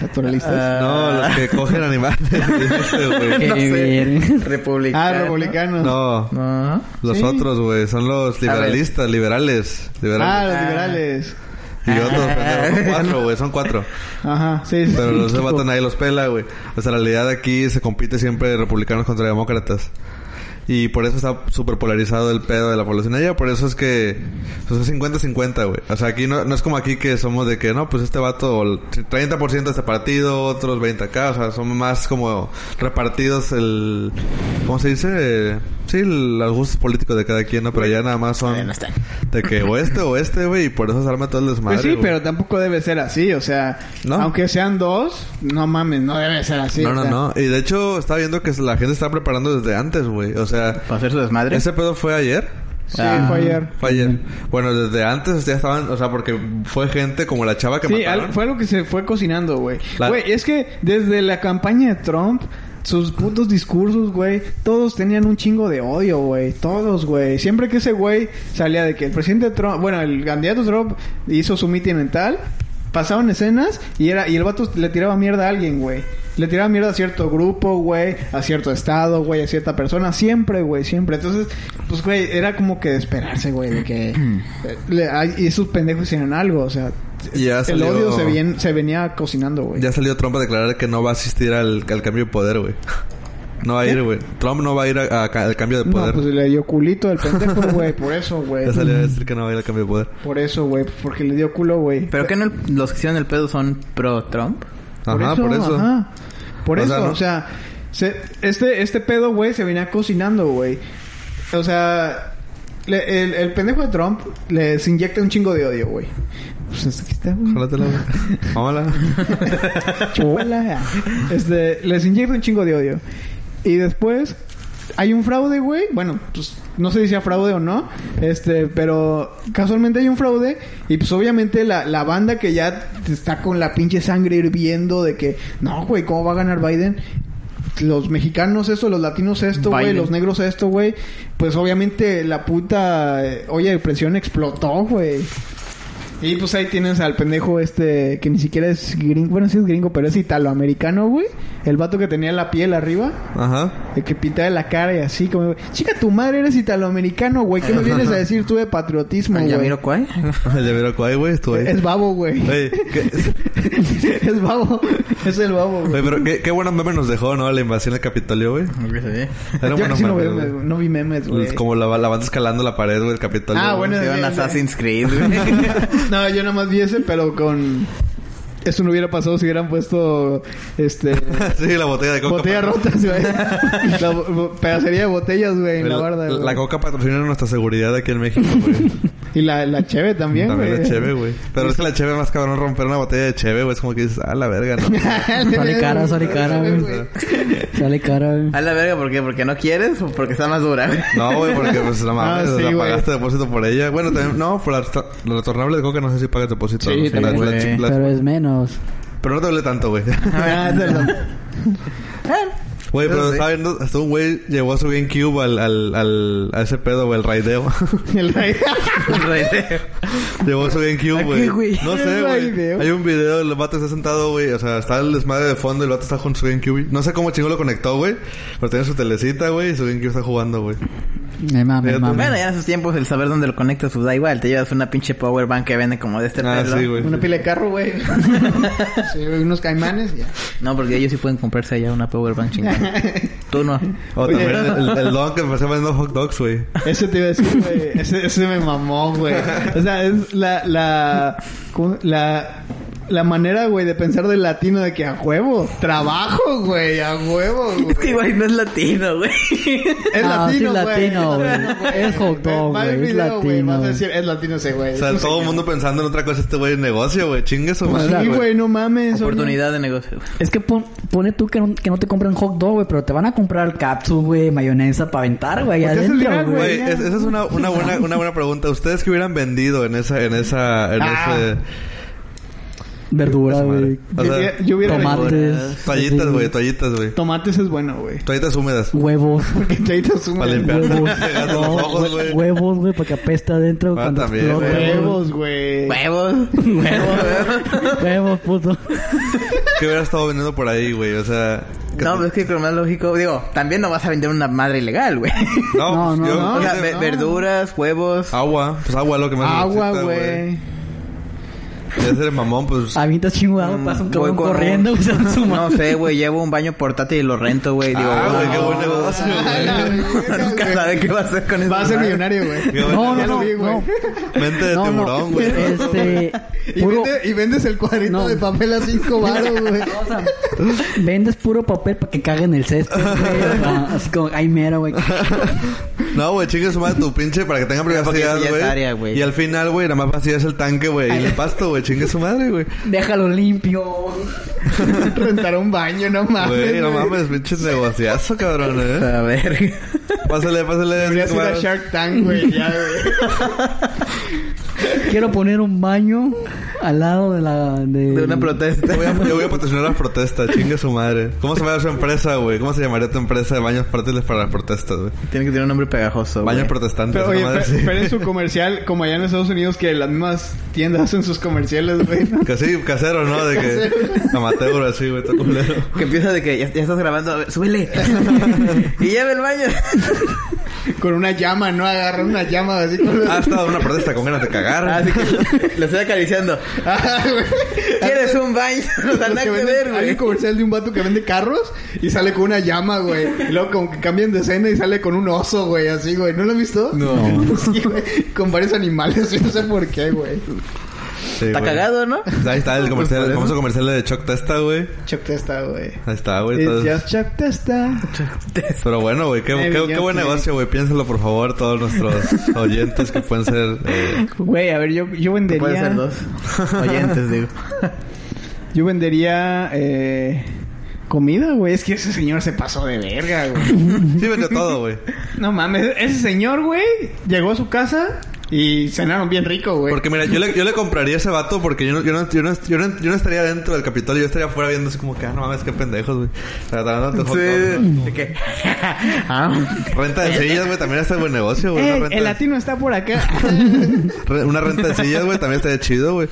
Naturalistas.
Ah, No, los que Eh, cogen animales. dijiste, güey.
Qué
no sé.
verga.
Republicano.
ah, republicanos.
No,
No.
los
Sí.
otros, güey. Son los liberalistas, liberales.
Ah,
Liberales.
los liberales.
Y otros, pendejos. Son cuatro, güey. Son cuatro.
Ajá, sí, sí.
Pero los demás nadie los pela, güey. O sea, en realidad aquí se compite siempre republicanos contra demócratas. Y por eso está súper polarizado el pedo de la población allá. Por eso es que... O sea, 50-50, güey. O sea, aquí no, no es como aquí que somos de que... No, pues este vato... o el 30% de este partido, otros 20 acá. O sea, son más como repartidos el... ¿Cómo se dice? Sí, el- los gustos políticos de cada quien, ¿no? Pero allá nada más son...
Ahí no están.
De que o este o este, güey. Y por eso se arma todo el desmadre,
Pues sí,
güey.
pero tampoco debe ser así, o sea,
No.
aunque sean dos, no mames, no debe ser así.
no,
o
no,
sea.
no. Y de hecho, estaba viendo que la gente está preparando desde antes, güey. O sea,
¿Para hacer su desmadre?
ese pedo fue ayer.
Sí,
Ah.
fue ayer.
Fue ayer. Bueno, desde antes ya estaban, o sea, porque fue gente como la chava que
Sí,
mataron.
al- fue algo que se fue cocinando, güey.
La-
Güey, es que desde la campaña de Trump, sus putos discursos, güey, todos tenían un chingo de odio, güey. Todos, güey. Siempre que ese güey salía de que el presidente Trump, bueno, el candidato Trump hizo su mitin en tal, pasaban escenas y era y el vato le tiraba mierda a alguien, güey. Le tiraba mierda a cierto grupo, güey, a cierto estado, güey, a cierta persona, siempre, güey, siempre. Entonces, pues, güey, era como que de esperarse, güey, de que. eh, le- ay, y esos pendejos hicieron algo, o sea.
Y ya
El
salió-
odio se, vien- se venía cocinando, güey.
Ya salió Trump a declarar que no va a asistir al, al cambio de poder, güey. No va a ir, güey. Trump no va a ir a- a ca- al cambio de
¿Eh? No,
poder.
pues le dio culito al pendejo, güey. Por eso, güey.
Ya salió a decir que no va a ir al cambio de poder.
Por eso, güey. Porque le dio culo, güey.
¿Pero que no el- los que hicieron el pedo son pro-Trump?
Ajá, por eso.
ajá. Por
O
eso,
sea, no-
o sea... se- este, este pedo, güey, se venía cocinando, güey. O sea... le- el, el pendejo de Trump les inyecta un chingo de odio, güey. Pues hasta aquí está, güey.
Jálatela, güey. Vámonos.
Chola. Este, les inyecta un chingo de odio. Y después hay un fraude, güey. Bueno, pues no sé si sea fraude o no. Este, pero casualmente hay un fraude. Y pues obviamente la, la banda que ya está con la pinche sangre hirviendo de que, no, güey, ¿cómo va a ganar Biden? Los mexicanos esto, los latinos esto, güey,
Biden.
los negros esto, güey. Pues obviamente la puta eh, olla de presión explotó, güey. Y pues ahí tienes al pendejo este que ni siquiera es gringo. Bueno, sí es gringo, pero es italoamericano, güey. El vato que tenía la piel arriba.
Ajá.
El que pintaba la cara y así, como... Chica, tu madre eres italoamericano, güey. ¿Qué me vienes a decir tú de patriotismo,
¿Ya
güey?
miro cuál?
El de Verocuay, güey, estuvo ahí.
Es babo, güey.
Oye, qué,
es babo. Es el babo, güey.
oye, pero qué, qué buenos memes nos dejó, ¿no? La invasión del Capitolio, güey. Era
Yo
bueno
casi no, veo
güey.
memes, güey. no vi memes, güey.
Como la, la banda escalando la pared, güey, el Capitolio.
Ah,
güey.
bueno,
Se
el-
van
el-
Assassin's Creed, güey.
No, yo nada más vi ese, pero con... Eso no hubiera pasado si hubieran puesto... Este...
sí, la botella de coca.
Botellas rotas, güey. La bo- bo- pedacería de botellas, güey, en
Pero
la barda.
la,
güey.
coca patrocina nuestra seguridad aquí en México, güey.
Y la, la cheve también, güey.
También la cheve, güey. Pero es que la cheve más cabrón romper una botella de cheve, güey. Es como que dices, ah, la verga, ¿no?
Sale cara, sale cara, güey. Sale cara, güey.
A la verga, ¿por qué? ¿Porque no quieres o porque está más dura, güey?
No, güey, porque pues la mames,
Ah, sí,
la
güey.
pagaste depósito por ella. Bueno, también, no, por la, resta- la retornable de coca no sé si pagas depósito.
Sí,
¿no?
también,
Las-
güey.
las chi- las-
Pero es menos.
pero no te duele tanto, güey.
Ah, te lo-
Güey, pero
Sí.
estaba viendo, hasta un güey llevó su GameCube al, al, al, a ese pedo, güey, el raideo.
el rey-
llevó su
¿A
GameCube,
qué,
güey.
güey?
No
El
sé, güey.
raideo.
Hay un video, el vato está sentado, güey. O sea, está el desmadre de fondo, el vato está con su GameCube. No sé cómo chingo lo conectó, güey. Pero tiene su telecita, güey, y su GameCube está jugando, güey.
Me mames, me
Fíjate.
mames.
Bueno, ya en esos tiempos el saber dónde lo conectas, pues da igual. Te llevas una pinche power bank que vende como de este
Ah,
pelo.
sí, güey.
Una pila de carro, güey. Sí, güey, unos caimanes, ya.
No, porque ellos sí pueden comprarse allá una power bank chingada. Tú no.
O
Oye.
también el, el don que me está vendiendo hot dogs, güey.
Ese te iba a decir, güey. Ese, ese me mamó, güey. O sea, es la... La... ¿cómo? la la manera, güey, de pensar del latino de que a huevo, trabajo, güey, a huevo, güey.
Es que igual no es latino, güey.
Es
Ah, sí,
latino, güey.
latino, güey. Es hot dog,
Va a haber
güey, es
video, güey, Vas a
latino.
decir, es latino ese, güey.
O sea,
Es un
todo el
señor.
mundo pensando en otra cosa este güey en negocio, güey. Chingue su madre,
Sí,
güey.
güey, no mames. oye.
Oportunidad de negocio. güey.
Es que pon- pone tú que no, que no te compran hot dog, güey, pero te van a comprar capsu, güey, mayonesa para aventar, güey,
Pues te haces
adentro,
viral,
güey.
Güey, es- esa es una, una, buena, una buena pregunta. ¿Ustedes qué hubieran vendido en esa... En esa en
Ah.
ese,
Verdura,
esa madre?
güey.
O
Yo
sea,
hubiera- yo hubiera
Tomates.
toallitas,
así,
güey. Toallitas, güey.
Tomates es bueno, güey.
Toallitas húmedas.
Huevos.
Porque Chaito es un
Para limpiar.
Huevos.
Pegados los ojos,
No,
güey.
hue- Huevos, güey, porque apesta adentro.
Ah,
cuando
también,
explota,
güey.
güey.
Huevos, güey.
Huevos.
Huevos, puto.
¿Qué hubiera estado vendiendo por ahí, güey? O sea... que-
No, pero pues es que con lo más lógico, digo, también no vas a vender una madre ilegal, güey.
no, pues,
No, no,
yo-
no.
O sea,
no.
ve- verduras, huevos.
Agua. Pues agua es lo que más
Agua,
necesitas,
güey.
Ya ser mamón, pues...
Avientas chingado,
Mm,
Ah, pasa un
voy
cabrón
con-
corriendo, güey, se va a su
No
madre.
sé, güey, llevo un baño portátil y lo rento, güey. Digo,
Ah, güey, qué
wow.
buen negocio,
A la
güey.
verga,
Nunca
güey.
sabe qué va a hacer con eso.
Va a ser millonario, güey.
Qué buen
No,
Ya
no,
lo
no.
vi, güey.
no.
Mente de
No, no.
tiburón, güey.
Este.
Y,
puro-
vende- y vendes el cuadrito
No.
de papel a cinco baros, güey.
O sea, vendes puro papel para que caguen el cesto, güey. O sea, Así como, ay, mero, güey.
No, güey, chingue su madre tu pinche para que tengan
Pero porque
privacidad,
sí es área,
güey.
güey.
Y al final, güey, nada más vacías el tanque, güey. Y el pasto, güey, chingue su madre, güey.
Déjalo limpio.
Rentar un baño, no mames.
Güey, no mames, pinche negociazo, cabrón, eh.
A ver.
Pásale, pásale.
Debería
cinco
ser a
varos.
Shark Tank, güey. Ya, güey.
Quiero poner un baño al lado de la. De,
De una protesta.
Yo Mm. voy, a, yo voy a patrocinar las protestas, chingue su madre. ¿Cómo se llama su empresa, güey? ¿Cómo se llamaría tu empresa de baños portátiles para las protestas, güey?
Tiene que tener un nombre pegajoso. güey.
Baños protestantes,
Pero,
una
oye,
madre
Fer-
así.
Fer en su comercial, como allá en Estados Unidos, que las mismas tiendas hacen sus comerciales, güey. ¿no?
Que sí, casero, ¿no? De que amateur así, güey, está culero.
Que empieza de que ya, ya estás grabando, a ver, súbele. y lleva el baño.
Con una llama, ¿no? Agarran una llama así con...
Has estado Ah, en una protesta con ganas de cagar.
Así Ah, que lo estoy acariciando.
Ah, güey.
¿Quieres un baño? No
Los
nada
que
que
venden-
ver,
hay
güey.
un comercial de un vato que vende carros y sale con una llama, güey. Y luego como que cambian de escena y sale con un oso, güey, así, güey. ¿No lo has visto?
No.
Sí, güey. Con varios animales, yo no sé por qué, güey.
Sí,
Está
güey.
cagado, ¿no?
Ahí está el comercial,
Pues
el
por eso.
famoso comercial de Choc Testa, güey.
Chuck Testa, güey.
Ahí está, güey.
It's
todo-
just Chuck Testa.
Pero bueno, güey, qué,
Maybe
qué-
just
qué buen
maybe.
negocio, güey. Piénsalo, por favor, todos nuestros oyentes que pueden ser... eh,
Güey, a ver, yo, yo vendería...
Pueden ser dos. Oyentes, digo.
Yo vendería... Eh, comida, güey. Es que ese señor se pasó de verga, güey.
Sí, vendió todo, güey.
No mames, ese señor, güey, llegó a su casa, Y cenaron bien rico, güey.
Porque mira, yo le, yo le compraría ese vato porque yo no, yo, no, yo, no, yo, no, yo no estaría dentro del Capitolio, yo estaría afuera viendo así como que, ah, no mames, qué pendejos, güey. Tratando de hot dog, ¿no?
¿De qué? Ah,
Renta de sillas, güey, también está buen negocio, güey.
Ey,
Una
Eh, el
renta de-
latino está por acá.
re- Una renta de sillas, güey, también estaría chido, güey.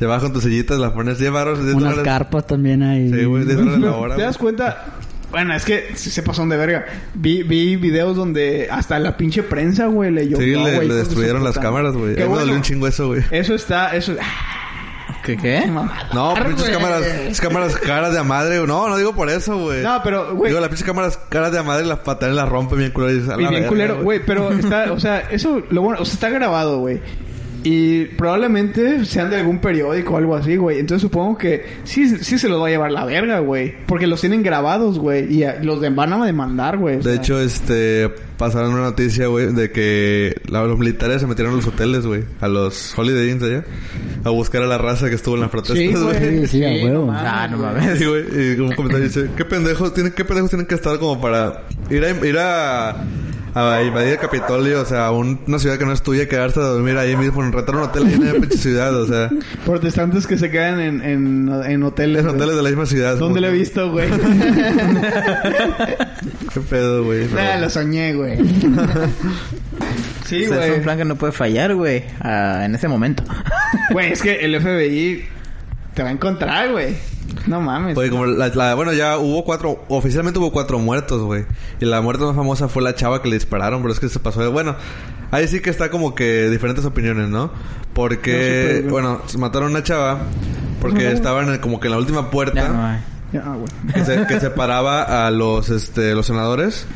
Llevas con tus sillitas, las pones 10 baros, 10
Unas
dólares.
carpas también ahí.
Sí, güey, 10 dólares la hora.
¿Te das
güey.
cuenta? Bueno, es que sí se pasaron de verga. Vi, vi videos donde hasta la pinche prensa, güey, le llovió,
Sí,
güey,
le,
hijos
le
de su
destruyeron las
puta madre.
cámaras, güey.
Qué
Ahí me dolió
bueno. Eh,
un chingo eso, güey.
Eso está... Eso... ah,
¿Qué qué?
mamada.
No, pinches
güey.
cámaras, pinches cámaras caras de a madre, güey. No, no digo por eso, güey.
No, pero, güey...
Digo, las pinches cámaras caras de a madre, las patadas las rompen bien culero. Y, dices, a la
Y bien
verga,
culero, güey, pero está, o sea, eso, lo bueno, o sea, está grabado, güey. Y probablemente sean de algún periódico o algo así, güey. Entonces supongo que sí, sí se los va a llevar la verga, güey. Porque los tienen grabados, güey. Y a- los de- van a demandar, güey. O
De
sea,
hecho, este, pasaron una noticia, güey, de que la- los militares se metieron a los hoteles, güey, a los Holiday Inns allá, a buscar a la raza que estuvo en las
Sí,
protestas,
güey.
güey.
Sí, sí, a
Sí,
huevo.
no mames.
Ah, no mames.
Sí, güey, y como comentario dice, ¿qué pendejos, tienen, ¿qué pendejos tienen que estar como para ir a, ir a, a invadir el Capitolio? O sea, un- una ciudad que no es tuya, quedarse a dormir ahí mismo, rentar un hotel ahí en la pinche ciudad, o sea,
Protestantes que se quedan en, en, en hoteles.
en
güey.
hoteles de la misma ciudad.
¿Dónde lo he
le
visto, güey?
¿Qué pedo, güey?
Nada,
Pero-
Ah, lo soñé, güey. Sí,
O sea, Pues, es un
güey.
plan que no puede fallar, güey. ah, en ese momento.
Güey, es que el FBI te va a encontrar, güey. No mames.
Oye, como la, la- bueno, ya hubo cuatro, oficialmente hubo cuatro muertos, güey. Y la muerte más famosa fue la chava que le dispararon, pero es que se pasó de, bueno, ahí sí que está como que diferentes opiniones, ¿no? Porque, bueno, se mataron a una chava porque estaban en- como que en la última
Ya no
puerta
hay.
Ya, güey.
que, se- que separaba a los, este, los senadores.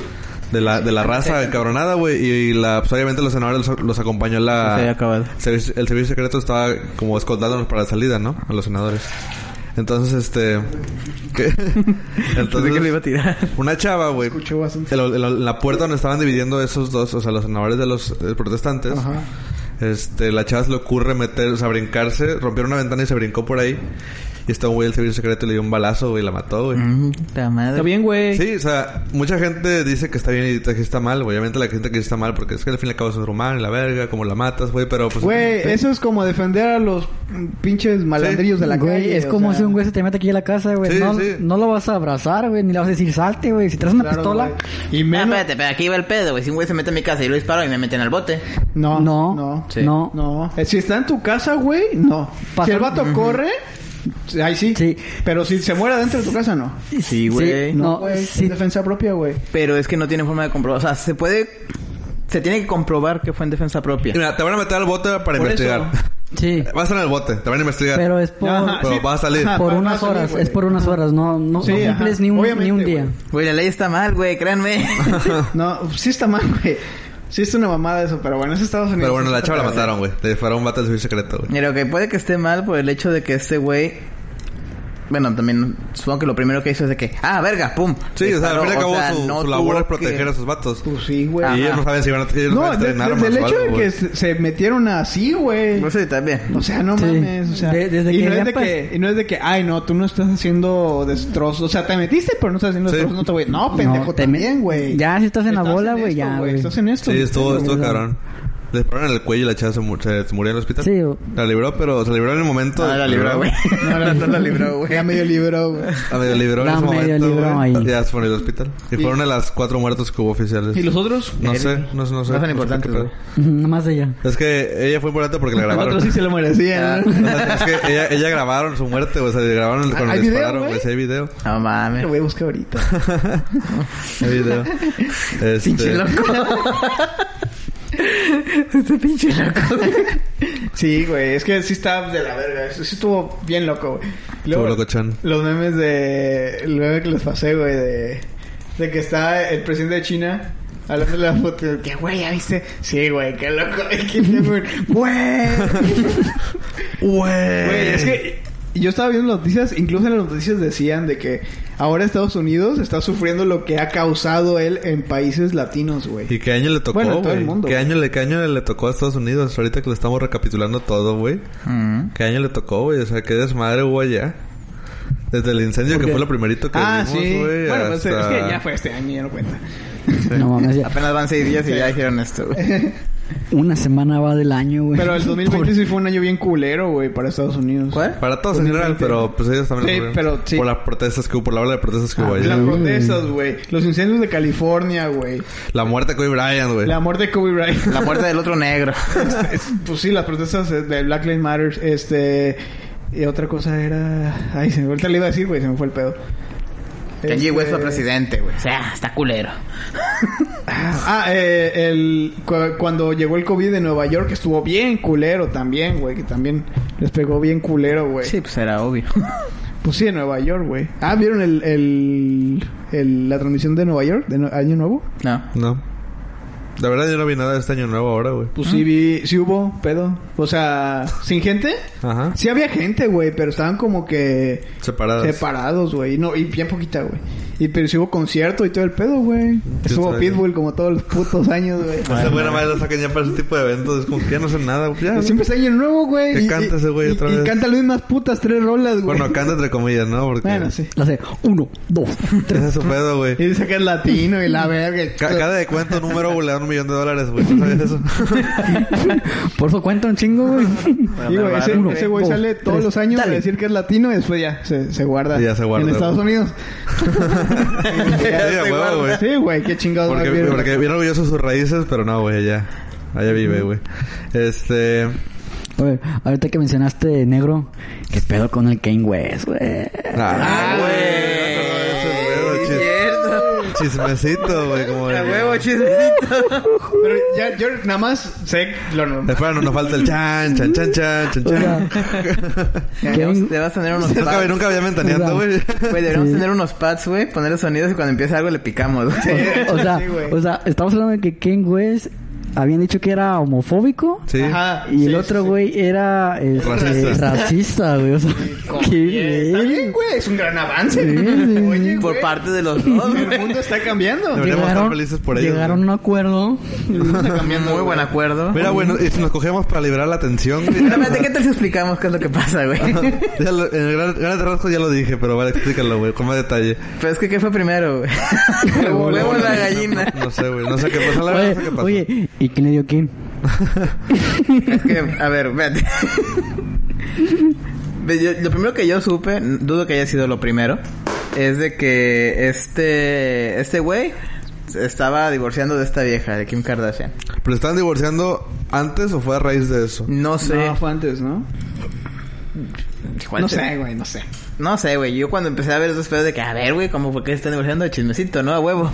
De la, de la raza encabronada, güey. Y, la, pues, obviamente los senadores los, los acompañó la...
Se había acabado.
Servi- el servicio secreto estaba como escoltándonos para la salida, ¿no? A los senadores. Entonces, este... ¿qué?
Pensé que lo iba a
Entonces,
tirar.
una chava, güey.
Escuchó bastante.
En la- en la- en la puerta donde estaban dividiendo esos dos, o sea, los senadores de los eh, protestantes.
Ajá.
Este, la chava se le ocurre meter, o sea, brincarse, rompieron una ventana y se brincó por ahí. Y está un güey del servicio secreto y le dio un balazo, güey, y la mató, güey.
Mm, puta madre.
Está bien, güey.
Sí, o sea, mucha gente dice que está bien y que está mal. güey. Obviamente la gente que está mal porque es que al fin y al cabo es un ser humano y la verga, como la matas, güey, pero pues...
Güey, eso es como defender a los mm, pinches malandrillos de la
Güey,
calle.
es
o
como
sea.
si un güey se te mete aquí en la casa, güey.
Sí,
no,
sí.
no lo vas a abrazar, güey, ni le vas a decir salte, güey. Si traes una
Claro,
pistola,
güey. Y
Ah,
menos...
espérate, pero aquí va el pedo, güey. Si un güey se mete en mi casa y yo lo disparo y me meten al bote.
No, no.
no, no,
Sí.
No. Eh, Si está en tu casa, güey, no.
Pasa-
Si el vato corre, ahí sí.
Sí.
Pero si se muere dentro de tu casa, no.
Sí,
güey.
No,
No,
güey.
sí.
Es defensa propia, güey.
Pero es que no tiene forma de comprobar. O sea, se puede... Se tiene que comprobar que fue en defensa propia.
Mira, te van a meter al bote para
Por
investigar.
sí.
Vas a estar en el bote, te van a investigar.
Pero es por,
Ajá,
Pero va a salir.
por
va a
unas
salir,
horas,
güey.
es por unas horas, no, no,
Sí,
no cumples
ajá.
ni un, ni un
Obviamente,
día.
güey.
Güey, la ley está mal, güey. Créanme.
No, sí está mal, güey. Sí está una mamada eso, pero bueno, es Estados Unidos.
Pero bueno, la chava la mataron, güey. Le dispararon un vato del servicio secreto, güey.
Mira, que puede que esté mal por el hecho de que este güey... Bueno, también supongo que lo primero que hizo es de que... ¡Ah, verga! ¡Pum!
Sí, o sea, al
Disparó,
fin y al cabo
o sea,
su,
no
su labor
tuvo
es proteger
que-
a sus vatos.
Pues sí, güey.
Y
Ajá.
ellos no saben si van a, ellos no
No,
saben si
de-
traen armas
desde el
o
hecho
algo,
de
güey.
que se se metieron así, güey.
No sé, Pues también.
O sea, no
Sí.
mames, o sea,
De- desde
y,
que
no es
ya
de
pas-
que, y no es de que, ay, no, tú no estás haciendo destrozos, o sea, te metiste, pero no estás haciendo
Sí.
destrozos, no te voy, no, pendejo,
No, te me-
también, güey.
Ya, si estás en la bola, güey,
esto,
ya, güey.
Estás en esto.
Sí,
güey.
estuvo, estuvo
Sí,
cabrón. Le dispararon en el cuello y la chava se, mu- se- se murió en el hospital.
Sí.
La libró, pero se libró en el momento.
Ah, la libró, güey.
No, la, no la libró, güey. Ya medio libró, güey.
La medio libró en
La
ese
medio
momento,
libró
güey.
ahí.
Ya se fue en el hospital. Y,
Y-
fueron de las cuatro muertos que hubo oficiales.
¿Y los otros?
No sé, no, no sé.
son
sé qué
importantes,
pedo.
güey.
Nada más de ella.
Es que ella fue importante porque la
El
grabaron.
otro sí se lo merecía,
Ah.
O
¿no?
sea, es que ella, ella grabaron su muerte, güey. O sea, grabaron cuando
¿Hay
le
video,
dispararon,
güey?
güey. Sí, hay video.
No mames.
Lo voy a buscar ahorita.
Hay video.
Pinche
Este,
loco. este pinche loco.
Sí, güey, es que sí está de la verga, sí estuvo bien loco, güey. Luego,
Estuvo locochón.
Los memes de... El meme que les pasé, güey, de... De que está el presidente de China... Hablando de la foto, que güey, ya viste. Sí, güey, qué loco. Y Kim Jong-un, Güey. Güey, es que yo estaba viendo las noticias, incluso en las noticias decían de que ahora Estados Unidos está sufriendo lo que ha causado él en países latinos, güey.
¿Y qué año le tocó,
Bueno, todo el
güey?
mundo,
¿Qué
güey.
año, le, ¿Qué año le tocó a Estados Unidos? Ahorita que lo estamos recapitulando todo, güey. ¿Qué año le tocó, güey? O sea, qué desmadre hubo allá. Desde el incendio que fue lo primerito que
Ah,
vimos,
sí.
güey.
bueno, pues, es
hasta-
que ya fue este año, ya no cuenta.
No mames, ya.
Apenas van seis días y ya dijeron esto, güey.
Una semana va del año, güey.
Pero el 2020 sí fue un año bien culero, güey, para Estados Unidos.
¿Cuál?
Para todos en general, pero pues ellos también
Sí,
lo
pero
sufrieron.
sí. Ah,
Por las protestas que hubo, por la ola de protestas que hubo
Pues,
allá.
Las
La,
protestas, güey. Los incendios de California, güey.
muerte de Kobe Bryant, güey.
La muerte de Kobe Bryant.
La muerte del otro negro.
Es- pues sí, las protestas eh, de Black Lives Matter, este... Y otra cosa era... Ay, se me ahorita le iba a decir, güey, se me fue el pedo.
Kanye
Este-
West fue presidente, güey. O sea, está culero.
Ah, eh, el, cu- cuando llegó el COVID de Nueva York estuvo bien culero también, güey, que también les pegó bien culero, güey.
Sí, pues era obvio.
Pues sí, en Nueva York, güey. Ah, ¿vieron el, el, el- la transmisión de Nueva York, de no- Año Nuevo?
No.
No. La verdad yo no vi nada de este año nuevo ahora, güey.
Pues sí, vi, sí hubo pedo. O sea, ¿sin gente?
Ajá.
Sí había gente, güey, pero estaban como que
Separadas.
separados, güey. No, y bien poquita, güey. Y pero sí hubo concierto y todo el pedo, güey. Estuvo
sabía.
Pitbull como todos los putos años, güey.
O sea, buena madre la sacan ya para ese tipo de eventos. Es como que ya no sé nada. güey. Ya,
Ah, Siempre está año nuevo, güey.
Que
y-
canta ese güey
y-
otra
Y
vez.
canta las mismas putas tres rolas, güey.
Bueno, canta entre comillas, ¿no? Porque
Bueno, sí.
La sé. Uno, dos, tres.
Ese es su pedo, güey.
Y dice que es latino y la verga. y-
Ca- cada de cuento número güey, le dan un millón de dólares, güey. ¿No sabías eso?
Por eso cuenta un chingo, güey.
Y, güey, ese,
Uno,
ese güey
dos,
sale todos
tres.
los años a
Dale.
decir que es latino y después ya se, se guarda.
Y ya se guarda,
En Estados
güey.
Unidos.
sí, a huevo, güey.
Sí, güey, qué chingados. más
Porque,
bien.
porque bien orgulloso de sus raíces, pero no, güey, allá. Allá vive, güey. Este.
A ver, ahorita que mencionaste negro, ¿qué pedo con el Kane West, güey?
Ah, güey.
Es
Ese pedo,
cierto.
chis- Chismecito, güey. Como
A
el-
huevo, chismecito.
Pero ya, yo nada más sé lo normal.
Espera, no nos falta el chan, chan, chan, chan, chan,
O sea,
chan.
Kane-
Debas tener unos
Nunca,
pads.
había- nunca había ventaneando, güey.
Güey, deberíamos
Sí.
tener unos pads, güey. Poner los sonidos y cuando empieza algo le picamos, güey.
o, sea,
Sí, güey.
o sea, estamos hablando de que Kane West habían dicho que era homofóbico.
Sí.
Ajá.
Y
sí,
el
sí,
otro
sí.
güey era este,
Racista.
racista. güey. O sea, qué
Está
bien.
bien, güey, es un gran avance.
Sí, sí,
Oye,
Por
güey,
parte de los dos,
El
güey.
mundo está cambiando.
De Deberíamos estar felices por ellos,
llegaron a un acuerdo.
El mundo está cambiando.
Muy buen
buena
acuerdo.
Mira, bueno, y si nos cogemos para liberar la atención. güey.
Pero espérate, ¿qué tal si explicamos qué es lo que pasa, güey?
Ya lo- en el gran, gran rasgo ya lo dije, pero vale, explícalo, güey, con más detalle.
Pero es que, ¿qué fue primero, güey? El huevo o la gallina.
No sé, güey, no sé qué pasó, la verdad, no sé qué pasó.
Oye, oye, ¿y quién le dio quién?
Es que, a ver, espérate. Ve, yo- lo primero que yo supe, n- dudo que haya sido lo primero, es de que este este güey se estaba divorciando de esta vieja, de Kim Kardashian.
¿Pero estaban divorciando antes o fue a raíz de eso?
No sé.
No, fue antes, ¿no?
Igual
no
te-
sé, güey, no sé.
No sé, güey. Yo cuando empecé a ver esos pedos de que, a ver, güey, ¿cómo por qué se están divorciando? Chismecito, ¿no? A huevo.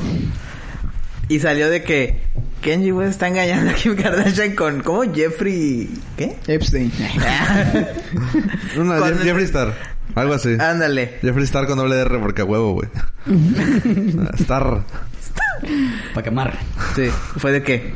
Y salió de que Kenji West está engañando a Kim Kardashian con, ¿cómo? Jeffrey... ¿Qué?
Epstein.
Una,
Con
Jeff-
el-
Jeffree Star, algo así.
Ah.
Ándale.
Jeffree Star con doble R porque a huevo, güey. Ah, Star.
Para quemar.
Sí. Fue de que,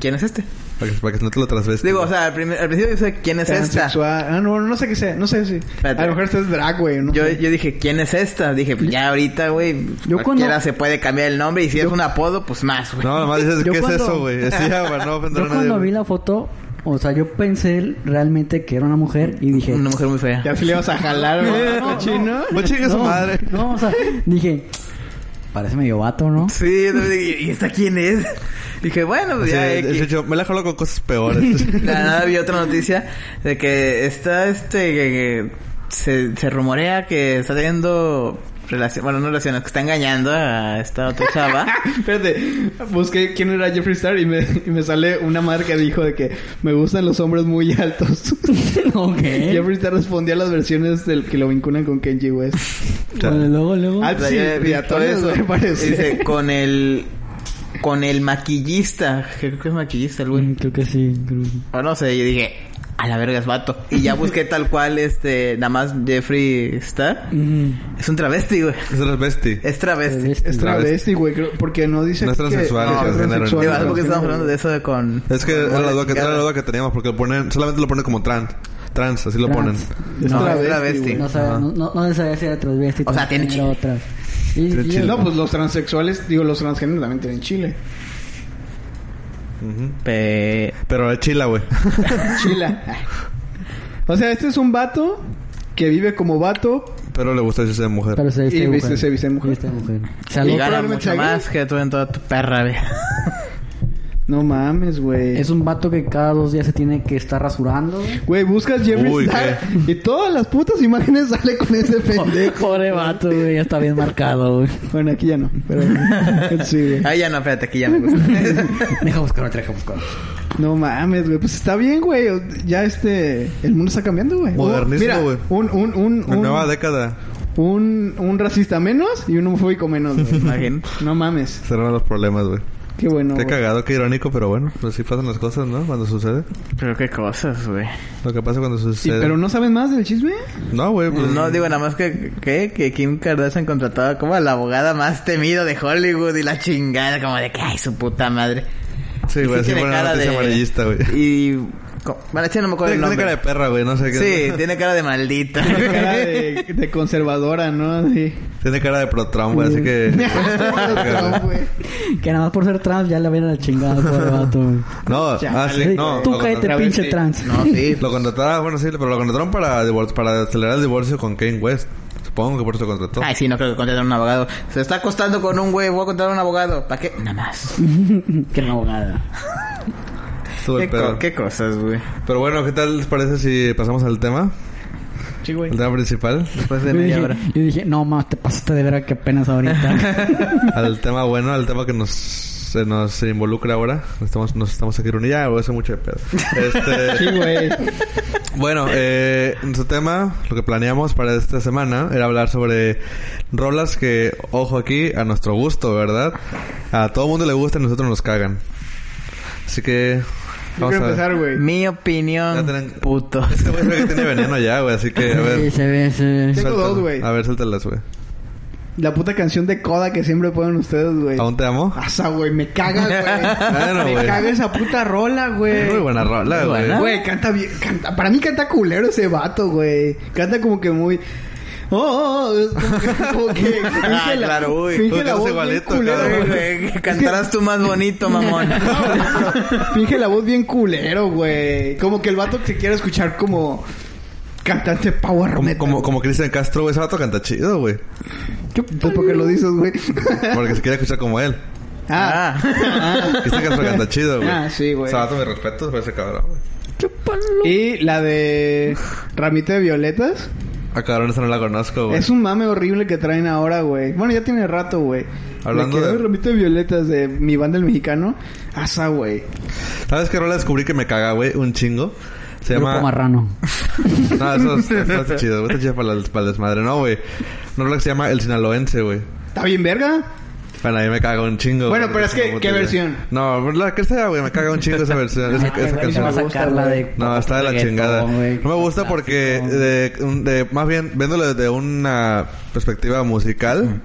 ¿quién es este?
Para que, para que no te lo transves.
Digo, o sea, al, primer- al principio yo sé quién es esta.
Transexual. Ah, no, no sé qué sea. No sé si.
Espérate.
A lo mejor este es drag, güey. ¿no?
Yo, yo dije, ¿quién es esta? Dije, pues ya ahorita, güey,
Yo
cualquiera
cuando-
se puede cambiar el nombre y si es un apodo, pues más, güey.
No, nomás dices,
Yo
¿qué es
cuando-
eso, güey? Sí, ya, para no ofender
Yo
a nadie.
cuando vi
güey.
la foto, o sea, yo pensé realmente que era una mujer y dije...
Una mujer muy fea.
Ya se le ibas a jalar, güey. cochino.
Pues chingue su madre.
No, o sea, dije... Parece medio vato, ¿no?
Sí, entonces dije, ¿y esta quién es? Dije, bueno, pues
Sí,
ya.
de-
X.
de hecho, me la jalo con cosas peores.
De la nada vi otra noticia de que está este que, que se, se rumorea que está teniendo relaciones, bueno, no relaciones, que está engañando a esta otra chava.
Espérate, busqué quién era Jeffree Star y me, y me sale una madre que dijo de que me gustan los hombres muy altos.
ok.
Jeffree Star respondía a las versiones del que lo vinculan con Kenji West.
Bueno, luego, luego...
Ah,
O sea,
sí,
ya vi todo
friatones,
eso.
me parece.
Y dice, con el con el maquillista, creo que es maquillista el güey.
Mm, Creo que sí. creo que sí.
O no sé, yo dije, a la verga es vato. Y ya busqué tal cual este nada más Jeffrey Star.
Mm.
Es un travesti, güey.
Es transvesti.
Es travesti.
Este-
Es travesti, güey, creo- porque no dice
No es
que-
transexual,
que sea
no, es género,
transexual,
Digo,
no.
algo que estamos
transgénero.
hablando de eso de con
Es que
con-
era la duda que, era la
chingada.
duda que teníamos porque lo ponen, solamente lo ponen como trans. Trans, así lo ponen.
Trans.
Es
No,
travesti,
es travesti.
güey.
No sabía, no, no, no sabía si era transvesti.
O sea, tiene
transgénero, trans. Y-
Tiene
y-
chile.
No, pues los transexuales, digo, los transgéneros también tienen chile.
Ujú.
Pe-
Pero es chila, güey.
Chila. O sea, este es un vato que vive como vato.
Pero le gusta decirse de mujer.
Pero se viste
Y
de
viste-
mujer.
se viste de mujer.
Viste de mujer.
Y
Salud.
Salud.
gana
probablemente
mucho
sea gay.
más que tú en toda tu perra, güey.
No mames, güey.
Es un vato que cada dos días se tiene que estar rasurando. güey.
Güey, buscas Jeffree
Uy,
Star y todas las putas imágenes sale con ese pendejo.
Pobre vato, güey. Ya está bien marcado, güey.
Bueno, aquí ya no, pero sí, güey.
Ah, ya no, espérate, aquí ya me gusta.
Deja buscar otra, deja buscar otra.
No mames, güey. Pues está bien, güey. Ya este... El mundo está cambiando, güey.
Modernismo,
Mira,
güey.
Un, un, un,
Una
un,
nueva década.
un, un racista menos y un homofóbico menos, güey.
Imagínate.
No mames.
Cerraron los problemas, güey.
Qué bueno,
qué
güey.
cagado, qué irónico, pero bueno, pues sí pasan las cosas, ¿no? Cuando sucede.
Pero qué cosas, güey.
Lo que pasa cuando
Sí,
sucede.
pero no saben más del chisme.
No, güey. pues,
No, digo, nada más que, que, que Kim Kardashian contrataba como a la abogada más temido de Hollywood y la chingada, como de que, ay, su puta madre.
Sí, güey, sí
tiene
fue una
cara
noticia
de-
amarillista, güey. Tiene-
Y... co- Bueno, sí, no me acuerdo el
Tiene
nombre.
cara de perra, güey, no sé qué.
Sí, tiene cara de maldita.
Cara de, de conservadora, ¿no? Sí.
Tiene cara de pro-Trump, güey, así
No,
que...
güey.
Que nada más por ser trans ya la ven a la chingada, pobre vato, güey.
no, ah, sí, no.
Tú
lo
cállate,
contrataron-
pinche trans.
No, sí.
Lo contrataron, bueno, sí, pero lo contrataron para, divor- para acelerar el divorcio con Kane West. Supongo que por eso contrató.
Ay, sí, no creo que contraten un abogado. Se está acostando con un güey, voy a contratar un abogado. ¿Para qué? Nada más.
Qué abogada.
Estuvo el
¿Qué,
pedo.
co- qué cosas, güey?
Pero bueno, ¿qué tal les parece si pasamos al tema?
Sí, güey.
El tema principal.
Después de
Yo
media
dije,
hora.
yo dije, no, más te pasaste de ver que apenas ahorita.
al tema bueno, al tema que nos se nos involucra ahora. Estamos, nos estamos aquí reunidos. Ya, voy a hacer mucho de pedo. Este,
Sí, güey.
Bueno, eh, nuestro tema, lo que planeamos para esta semana, era hablar sobre rolas que, ojo aquí, a nuestro gusto, ¿verdad? A todo mundo le gusta y a nosotros nos cagan. Así que...
Yo
Vamos
quiero
a ver.
empezar, güey.
Mi
Ya
opinión,
tienen-
puto.
Este güey creo que tiene veneno ya, güey, así que a
Sí,
ver.
se ve, se ve.
Tengo
suéltala.
dos, güey.
A ver, suéltalas, güey.
La puta canción de Coda que siempre ponen ustedes, güey.
¿Aún te amo?
Pasa, güey. Me caga, güey.
Claro,
me
güey.
caga esa puta rola, güey.
Es muy buena rola,
Muy
güey.
buena.
Güey, canta bien. Canta, para mí canta culero ese vato, güey. Canta como que muy. Oh, oh, oh, es como que. Como que finge
Ah, claro, uy.
Finge
Tú
la
cantas
voz
igualito,
bien culero,
cabrón.
güey.
Güey, que Cantarás tú más bonito, mamón.
Finge la voz bien culero, güey. Como que el vato que se quiere escuchar como. Cantante power
Como,
metal.
como, como Cristian Castro, güey, ese vato canta chido, güey.
¿Tú por qué lo dices, güey?
Porque se quiere escuchar como él.
ah, ah.
Cristian Castro canta chido, güey.
Ah, sí, güey.
Ese vato, mis respetos para ese cabrón, güey.
Y la de Ramito de Violetas.
A cabrón, esa no la conozco, güey.
Es un mame horrible que traen ahora, güey. Bueno, ya tiene rato, güey.
Hablando
de... que,
de-
"Ay, Ramito de Violetas de mi banda el mexicano. Asa, güey.
¿Sabes qué rola descubrí que me caga, güey? Un chingo. Se
Grupo
llama...
marrano.
No, eso es- eso está chido. güey. Está chido para, el- para el desmadre. No, güey. Una rola que se llama El Sinaloense, güey.
¿Está bien verga?
Bueno, a mí me caga un chingo.
Bueno,
güey.
pero es que,
Como
¿qué
te-
versión?
No, la que sea, güey. Me caga un chingo esa versión. esa,
Ay,
esa
güey,
canción.
va a
gusta,
sacarla
güey.
de-
No, está de la
reggaetón,
chingada.
güey.
No me gusta porque, de, de- más bien, viéndolo desde una perspectiva musical,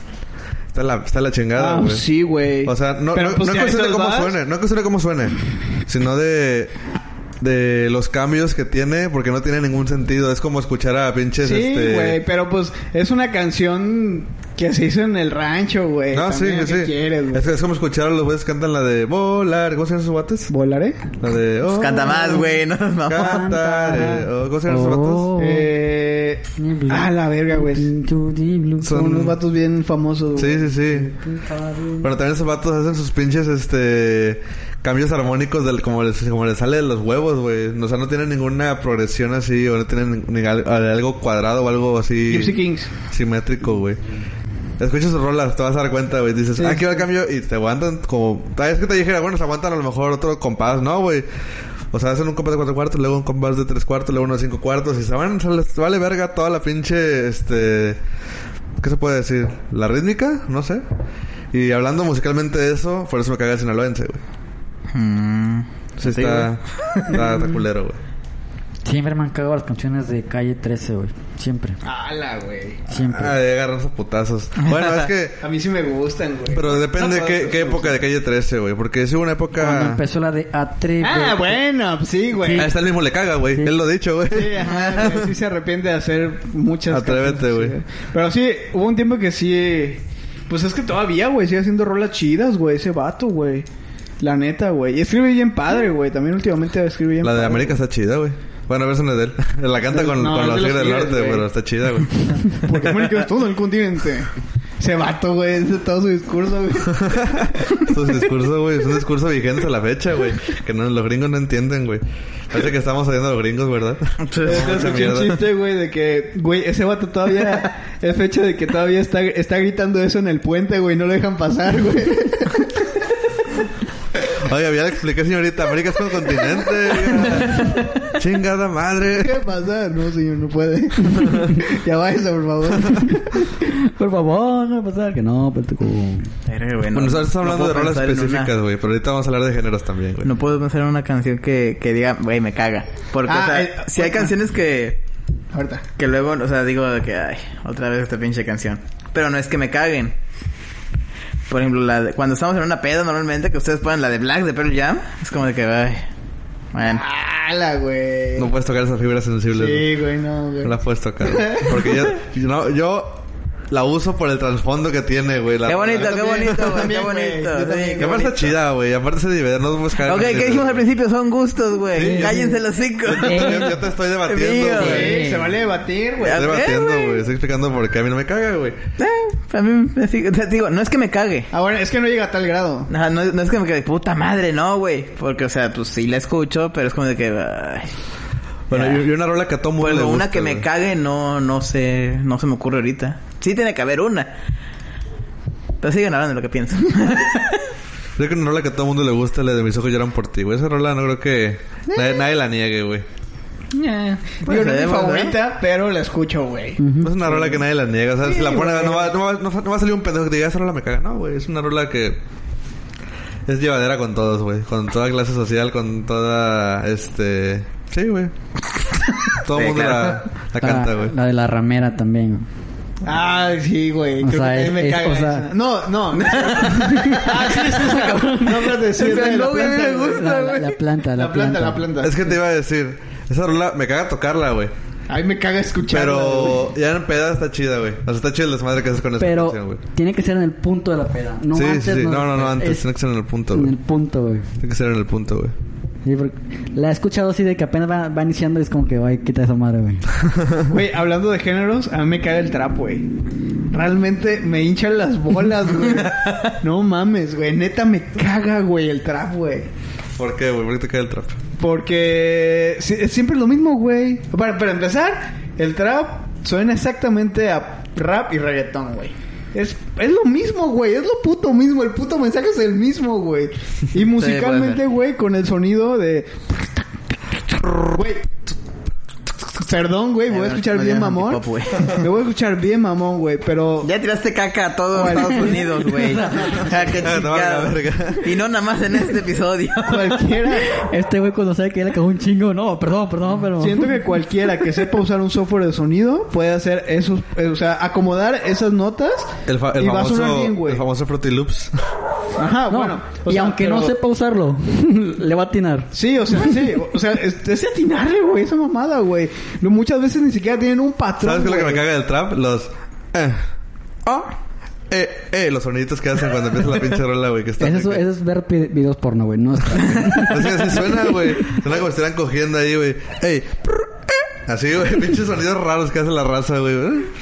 está la, está la chingada,
Ah,
güey.
sí, güey.
O sea, no,
Pero,
no,
pues,
no
si
es
a
cuestión de
eso
cómo
vas,
suene, no es cuestión de cómo suene, sino de, de los cambios que tiene, porque no tiene ningún sentido. Es como escuchar a pinches,
Sí,
este...
güey. Pero pues es una canción que se hizo en el rancho, güey.
No, Ah, sí,
También,
sí.
¿qué quieres, güey?
es, es como escuchar a los güeyes que cantan la de volar. ¿Cómo se llaman esos guates?
¿Volaré?
La de...
Pues
oh,
canta más, güey. No, mamón.
Cantaré. Oh, ¿Cómo se llaman esos
Oh.
guates?
Eh... Ah, la verga, güey. Son
Son-
unos vatos bien famosos, güey.
Sí, sí, sí. Pero también esos vatos hacen sus pinches, este... Cambios armónicos del, como, les, como les sale de los huevos, güey. O sea, no tienen ninguna progresión así. O no tienen ni al- algo cuadrado o algo así...
Gypsy Kings.
Simétrico, güey. Escuchas sus rolas, te vas a dar cuenta, güey. Dices,
Sí.
ah, quiero el cambio. Y te aguantan como... Tal vez que te dijera, bueno, se aguantan a lo mejor otro compás. No, güey. O sea, hacen un compás de cuatro cuartos, luego un compás de tres cuartos, luego uno de cinco cuartos. Y se van... se les vale verga toda la pinche, este... ¿Qué se puede decir? ¿La rítmica? No sé. Y hablando musicalmente de eso, por eso me caga el sinaloense, güey.
Mm.
Sí,
Sí,
está, está... está culero, güey.
Siempre me han cagado las canciones de Calle 13, güey. Siempre,
Ala, güey.
siempre.
Ah, de agarrarse a putazos. Bueno, es que...
A mí sí me gustan, güey.
Pero depende qué, qué época de calle 13, güey. Porque si hubo una
Cuando
época...
empezó la de Atreve.
Ah, bueno, pues sí, güey.
Ah, está el mismo le caga, güey. Él lo ha dicho, güey.
Sí, ajá, güey, sí se arrepiente de hacer muchas
Atrévete,
canciones,
güey.
sí, Pero sí, hubo un tiempo que sí. Pues es que todavía, güey, sigue haciendo rolas chidas, güey, ese vato, güey. La neta, güey. Y escribe bien padre, güey. También últimamente escribe bien
La de
padre.
América está chida, güey. Bueno, a ver si no es de él. La canta con,
No,
con
es
los
de los
Tigres del
Tigres,
Norte,
güey.
pero está chida, güey.
Porque América es todo el continente. Se vato, güey. Ese es todo su discurso, güey.
Su discurso, güey. Es un discurso vigente a la fecha, güey. Que no, los gringos no entienden, güey. Parece que estamos saliendo a los gringos, ¿verdad?
Este es
Mucha
un
mierda.
chiste, güey, de que, güey, ese vato todavía, es fecha de que todavía está, está gritando eso en el puente, güey, no lo dejan pasar, güey.
Oiga, ya le expliqué, señorita. América es un continente. oiga. Chingada madre.
¿Qué pasar? No, señor, no puede. ya váyase, por favor.
Por favor, no va a pasar. Que no, pero
Verga, güey, no-
Bueno, estás
no
hablando
puedo
de rolas
pensar en una-
específicas, güey. Pero ahorita vamos a hablar de géneros también, güey.
No puedo pensar en una canción que, que diga, güey, me caga. Porque,
Ah,
o sea,
eh,
si hay
bueno.
canciones que,
Ahorita.
que luego, o sea, digo de que, ay, otra vez esta pinche canción. Pero no es que me caguen. Por ejemplo, la de- cuando estamos en una peda, normalmente que ustedes ponen la de Black de Pearl Jam, es como de que, ay, bueno.
Ah, ¡Hala, güey!
No puedes tocar esas fibras sensibles. güey.
sí, güey, no, güey.
No las puedes tocar. güey. Porque yo, yo, no- yo la uso por el trasfondo que tiene, güey. La-
Qué bonito,
la-
qué
también,
bonito,
yo
güey, qué
también, güey,
bonito.
yo también.
sí, qué
Que aparte
bonito.
está chida, güey. Aparte se divertido. No puedes caer.
Ok, ¿qué dijimos al principio? Son gustos, güey.
Sí.
Cállense los cinco.
Yo, yo te estoy debatiendo,
Mío.
güey.
Sí, se vale debatir, güey.
Estoy
A ver,
debatiendo,
güey.
güey. Estoy explicando por qué a mí no me caga, güey.
Eh, a mí, me sigue- te digo, no es que me cague.
Ahora, Ah, es que no llega a tal grado.
Ajá, no, no es que me quede puta madre, no, güey. Porque, o sea, pues sí la escucho, pero es como de que. ay.
Bueno,
Ya.
y, y una rola que a todo mundo
Bueno,
le gusta,
una que me
güey.
cague, no, no sé, no se me ocurre ahorita. Sí tiene que haber una. Pero siguen hablando de lo que pienso.
Creo que una rola que a todo mundo le gusta, la de mis ojos lloran por ti, güey. Esa rola no creo que
Eh.
nadie, nadie la niegue, güey.
Pues
Digo, no es mi
Podemos,
favorita, pero la escucho, güey.
No es una rola que nadie la niega. O sea, si la pone, no va, no, va, no va- no va a salir un pendejo que diga, esa rola me caga. No, güey. Es una rola que es llevadera con todos, güey. Con toda clase social, con toda. Este. Sí, güey. Todo el
Sí,
mundo
claro.
la, la canta, güey.
La de la ramera también.
Ah, sí, güey.
O
Creo
sea,
que también
es-
me
es-
caga
o sea-
esa. No, no. ah, sí, es esa, cabrón. No, pero decir
Pero
la de la
no, güey,
planta,
me
güey.
gusta.
La, la- la planta, la,
La planta, la planta.
Es que te iba a decir, esa rola me caga tocarla, güey.
A mí me caga escucharla. güey.
Pero ya en peda está chida, güey. O sea, está chido el desmadre que haces con esa canción,
Pero
güey.
tiene que ser en el punto de la peda. No
sí,
antes,
sí, sí. No, no, no,
después.
antes.
Es
Tiene que ser en el punto,
en
güey.
el punto, güey.
Tiene que ser en el punto, güey.
Sí, porque la he escuchado así de que apenas va, va iniciando y es como que, ay, quita esa madre, güey.
Güey, hablando de géneros, a mí me caga el trap, güey. Realmente me hinchan las bolas, güey. No mames, güey. Neta me caga, güey, el trap, güey.
¿Por qué, güey? ¿Por qué te cae el trap?
Porque si- es siempre lo mismo, güey. Para, para empezar, el trap suena exactamente a rap y reggaetón, güey. Es, es lo mismo, güey. Es lo puto mismo. El puto mensaje es el mismo, güey. Y musicalmente,
ser.
güey, con el sonido de... Güey. Perdón, güey. Me voy a
Eh, no,
escuchar
no
bien
digas
mamón.
antipop, güey.
Me voy a escuchar bien mamón, güey. Pero...
ya tiraste caca a todo
Bueno.
Estados Unidos, güey. Ah, qué
Ah, no, la
chingado.
verga.
Y no nada más en este episodio.
Cualquiera...
Este güey cuando sabe que él cagó un chingo, no, perdón, perdón, pero...
Siento que cualquiera que sepa usar un software de sonido puede hacer esos, eh, o sea, acomodar esas notas
El, fa- el
y va a
famoso,
sonar bien, güey.
el famoso Fruity Loops.
Ajá,
No,
bueno. o
y
sea,
aunque no
pero-
sepa usarlo, le va a atinar.
Sí, o sea, sí. O sea, es, es atinarle, güey, esa mamada, güey. Lo- Muchas veces ni siquiera tienen un patrón.
¿Sabes qué es lo que me
güey.
caga del trap? Los... Eh, oh, eh, eh. Los soniditos que hacen cuando empieza la pinche rola, güey. Que está...
Ese es, ese es ver pi- videos porno, güey. No es...
Así, así suena, güey. Suena como si estuvieran cogiendo ahí, güey. Ey, prr, eh. Así, güey. Pinches sonidos raros que hace la raza, güey.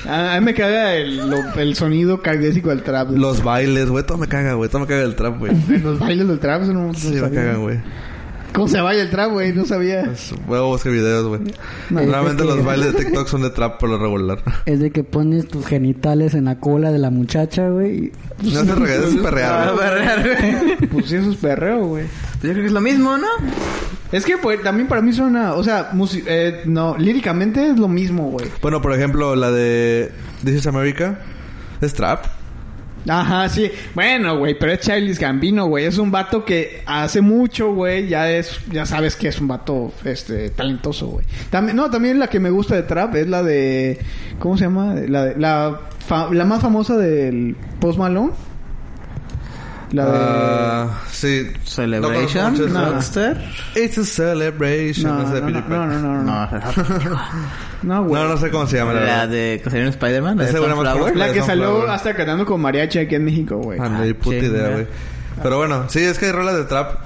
A, a mí me caga el, lo- el sonido cardíaco del trap. Los,
Los bailes, güey. Todo me caga, güey. Todo me caga del trap, güey.
los bailes del trap. eso No, no
Sí, me
sabía.
cagan, güey. Pues
¿Cómo se baila el trap, güey? No sabía.
Es- Voy a buscar videos, güey. Normalmente
es que-
los bailes de TikTok son de trap por lo regular.
Es de que pones tus genitales en la cola de la muchacha, güey. y-
No hace reggaetón, es perrear,
Ah,
güey.
perrear, güey.
Pues sí, eso es perreo, güey.
Yo creo que es lo mismo, ¿no?
Es que pues, también para mí suena, o sea, musi- eh, no, líricamente es lo mismo, güey.
Bueno, por ejemplo, la de This is America es trap.
Ajá, sí. Bueno, güey, pero es Childish Gambino, güey. Es un vato que hace mucho, güey. Ya es, ya sabes que es un vato, este, talentoso, güey. También, no, también la que me gusta de Trap es la de, ¿cómo se llama? La de, la, fa- la más famosa del Post Malone. La de...
Ah, sí.
Celebration,
No conozco mucho eso.
Rockstar.
It's a celebration.
no,
esa de
no,
Pity
no,
Pie.
no, no, no, no,
No,
no, güey.
No, no sé cómo se llama. La,
la
verdad.
de que salió en Spider-Man.
Esa
de
buena más
Sunflower.
conocida.
La que
Son
salió
Flower.
hasta cantando con mariachi aquí en México, güey.
Ah, no hay puta
sí,
idea,
mira.
güey. Pero bueno, sí, es que hay rolas de trap.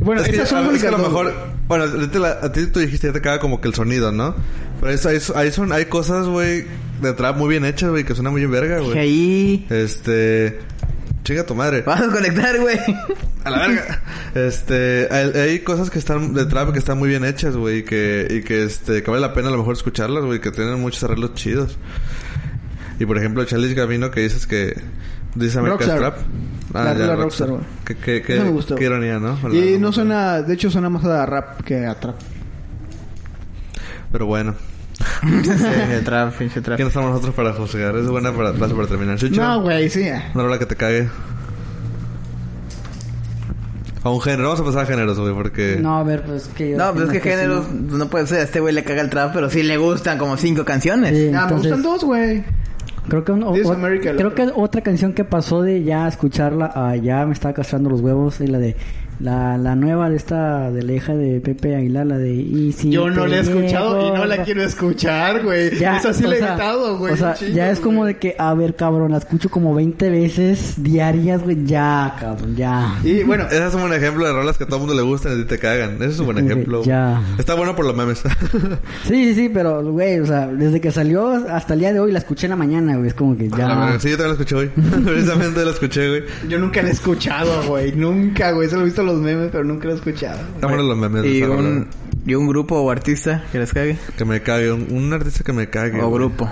Bueno,
es que,
esas son
a, es que a lo
únicas dos,
mejor... Bueno, ahorita la- a ti tú dijiste ya te caga como que el sonido, ¿no? Pero eso, hay, hay, son, hay cosas, güey, de trap muy bien hechas, güey, que suena muy bien verga,
Que
güey.
ahí.
Este. Chinga tu madre.
Vamos a conectar, güey.
A la verga. Este, hay, hay cosas que están de trap que están muy bien hechas, güey, y que, y que este, que vale la pena a lo mejor escucharlas, güey, que tienen muchos arreglos chidos. Y por ejemplo, Charles Gavino que dices que dice American
Rockstar.
Trap.
La- la Rockstar, güey.
Que, que,
Esa me gustó.
que, qué ironía, ¿no?
Y
Hola,
no
hola.
suena, de hecho suena más a rap que a trap.
Pero bueno.
Pinche trap, pinche trap.
¿Quién estamos nosotros para juzgar? Es buena para frase para terminar. Chucho,
No, güey, sí. eh.
una rola que te cague. A un género. Vamos a pasar a géneros, güey, porque...
No, a ver, pues que yo.
No, pero es
opino
que
sí,
géneros.
¿no?
No puede ser. A este güey le caga el trap, pero sí le gustan como cinco canciones.
Sí,
Ah, me
entonces,
gustan dos, güey.
Creo que, un- o-
This
o-
America, el
creo
otro.
que otra canción que pasó de ya escucharla a ya me estaba castrando los huevos y la de la, la nueva de esta de la hija de Pepe Aguilar, la de y si
Yo no
te
la he escuchado y
llego,
no la quiero escuchar, güey.
Ya,
Esa sí
o
la he
sea,
gritado, güey.
O sea,
un chingo,
ya es como
güey.
de que, a ver, cabrón, la escucho como 20 veces diarias, güey. Ya, cabrón, ya.
Y bueno,
Ese es un buen ejemplo de rolas que a todo el mundo le gustan y a ti te cagan. Ese es un buen ejemplo.
Ya.
Está bueno por los memes.
Sí, sí, sí, pero, güey, o sea, desde que salió hasta el día de hoy la escuché en la mañana, güey. Es como que
Ah, La
ya.
verdad, sí, yo también lo escuché hoy. Precisamente lo escuché, güey.
yo nunca la he escuchado, güey. Nunca, güey. Solo he visto los memes, pero nunca la he escuchado.
Está bueno los memes. de
Y
esa rola.
un, y un grupo o artista que les cague.
Que me cague. Un, un artista que me cague.
O
güey.
grupo.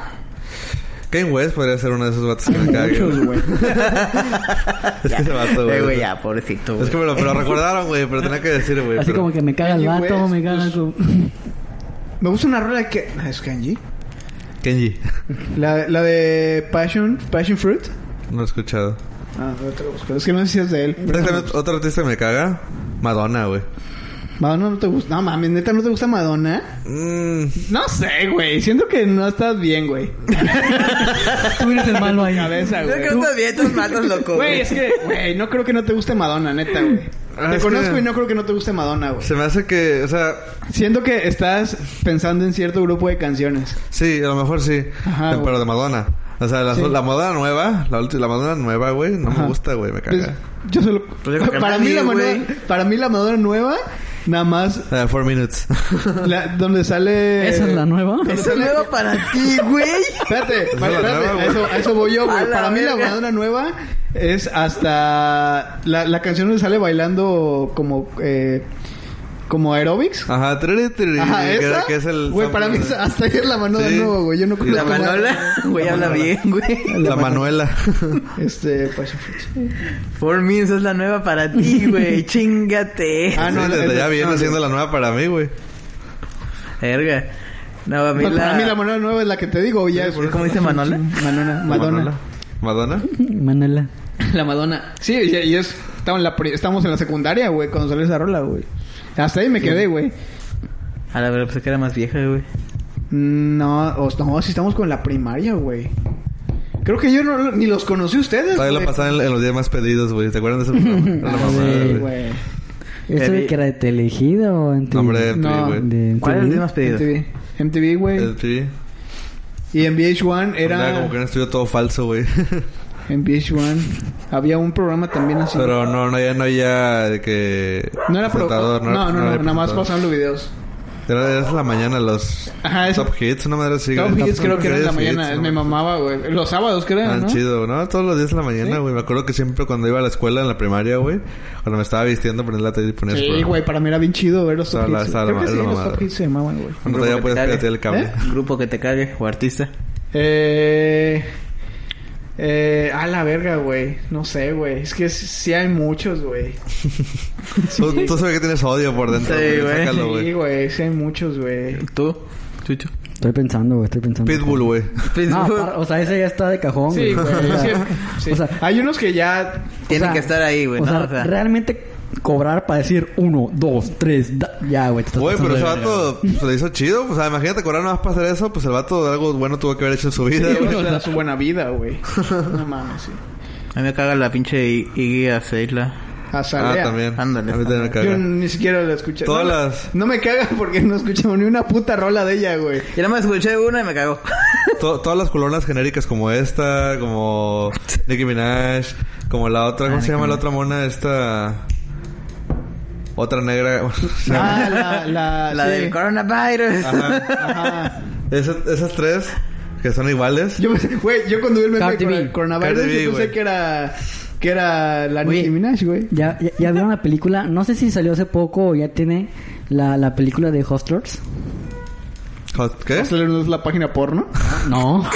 Kanye West podría ser uno de esos vatos que me cague. güey. es que ese vato,
Eh, güey,
güey.
ya, pobrecito.
Es que me lo, me lo recordaron, güey. Pero tenía que decir, güey.
Así
pero-
como que me caga el
Kanye
vato,
West,
me caga
pues,
su-
eh,
Me gusta una rola que... Ah, ¿Es Kanji?
Kenji.
La, la de Passion, Passion Fruit.
No lo he escuchado.
Ah, no te lo busco. Es que no sé si es de él.
Pero también otro artista que me caga. Madonna, güey.
Madonna no te gusta. No mames, neta, ¿no te gusta Madonna?
Mm,
No sé, güey. Siento que no estás bien, güey.
Tú eres el malo ahí.
Cabeza,
Creo
güey.
que estás bien, estás matos, loco.
Güey, es que, güey, no creo que no te guste Madonna, neta, güey.
Ah,
Te
es
conozco
que-
y no creo que no te guste Madonna, güey.
se me hace que, o sea,
Siento que estás pensando en cierto grupo de canciones.
Sí, a lo mejor sí.
Ajá,
pero
güey.
de Madonna. O sea, la,
Sí.
la Madonna nueva, la, ulti- la Madonna nueva, güey, no
Ajá.
me gusta, güey, me
Pues,
caga.
yo solo...
Pues yo creo que
para, mí
nadie,
la Madonna,
güey.
para mí la Madonna nueva, nada más...
Eh, four minutes.
la- donde sale...
Esa es la nueva.
Eso es nuevo para ti, güey.
Espérate, espérate,
la nueva,
espérate,
güey.
a eso, a eso voy yo,
A
güey.
la
Para mí la
verga.
Madonna nueva es hasta... La, la canción donde sale bailando como... eh, como aerobics.
Ajá, tri, tri,
Ajá,
que-
esa.
que es el
Güey, para mí
sample,
es- hasta ahí es la mano de
Sí.
nuevo, güey. Yo no conozco
La
a Madonna.
Manola, güey, habla bien, güey.
La Manuela.
Este, Passion Fruit.
Four Minutes es la nueva para ti, güey. Chingate.
Ah,
Ah,
no,
no, desde
no,
ya
no,
viene
no,
siendo la nueva para mí, güey.
Verga. No, Pues, a mí
No,
la...
Para mí la Manola nueva es la que te digo, ya es-
¿Cómo dice Manola?
Manona,
La
Madonna.
Madonna.
Manela.
La Madonna. Sí, y, y es... Estamos en, la, pri- estamos en la secundaria, güey, cuando salió esa rola, güey. Hasta ahí me quedé, güey.
A la verdad, pues que era más vieja, güey.
No, os- no, si estamos con la primaria, güey. Creo que yo no, ni los conocí ustedes,
Todavía
güey.
la pasaban en, en los días más pedidos, güey. ¿Se acuerdan de ese programa? Era la
Ah,
mamada,
sí,
güey.
Güey.
¿Eso de que era de Telejida o en TV?
Nombre de MTV,
No,
güey.
de
¿Cuál es el
MTV?
más pedido?
MTV. MTV, güey.
MTV.
Y en VH1
Era Eh, pues como que
era...
un estudio todo falso, güey.
En VH1 había un programa también así.
Pero no, no, ya no había de que...
No era pro...
presentador,
No, no, no.
había
nada más
presentador.
pasaban los videos.
Era, era la mañana los
Ajá, eso.
Top Hits, una madre así.
Top
güey.
Hits creo que era en la
Hits,
mañana.
¿no?
Me mamaba, güey. Los sábados creo,
Tan
¿no?
chido, ¿no? Todos los días en la mañana,
Sí.
güey. Me acuerdo que siempre cuando iba a la escuela, en la primaria, güey, cuando me estaba vistiendo, ponía la tele y ponía ese
Sí,
programa.
güey. Para mí era bien chido ver los Top
Estaba la-
Hits.
estaba la
Creo que
ma-
sí,
la
los
mamada.
Top Hits se llamaban, güey.
Cuando
Grupo
ya podías
Capital,
piratear el cable.
¿eh?
Grupo que te cague o artista.
Eh... Eh, a la verga, güey. No sé, güey. Es que sí hay muchos, güey.
Tú, tú sabes que tienes odio por dentro,
Sí,
güey.
güey.
Sácalo,
Sí,
güey.
güey. Sí hay muchos, güey.
¿Tú? Chucho.
Estoy pensando, güey, estoy pensando.
Pitbull, güey.
No,
Facebook.
para- o sea, ese ya está de cajón,
Sí,
güey.
güey.
O
sí,
sea,
sí.
o sea,
hay unos que ya...
Tiene
o sea,
que estar ahí, güey.
o
¿no?
sea,
O sea,
realmente cobrar para decir uno, dos, tres, da- ya, güey. te estás
Güey, pero
pasando
ese
de verga, güey.
vato pues, se le hizo chido. O sea, imagínate, cobrar no vas para hacer eso. Pues el vato de algo bueno tuvo que haber hecho en su vida,
Sí,
güey.
o sea, su buena vida, güey. No mames, sí.
a mí me caga la pinche I- Iggy Azalea.
Ah,
Azalea.
también.
Ándale,
a mí también me
Yo
caga.
ni siquiera la escuché.
Todas
no,
las-
No me caga porque no escuchamos ni una puta rola de ella, güey.
Yo nada más escuché una y me cagó.
To- todas las colonas genéricas como esta, como Nicki Minaj, como la
Ah,
otra, ¿cómo se llama la otra mona? Esta. Otra negra.
Ah, la... La,
La
sí.
del coronavirus.
Ajá.
Ajá.
Esa- esas tres Que son iguales.
Yo, pensé- güey, yo cuando vi el meme
Cardi
con
B.
el coronavirus,
Cardi B,
yo pensé
güey.
que era, que era la
Oye.
Nicki Minaj, güey.
¿Ya, ya, ya vieron la película? No sé si salió hace poco o ya tiene la, la película de Hostlers.
Hot- ¿Qué?
Hustler no es la página porno.
No.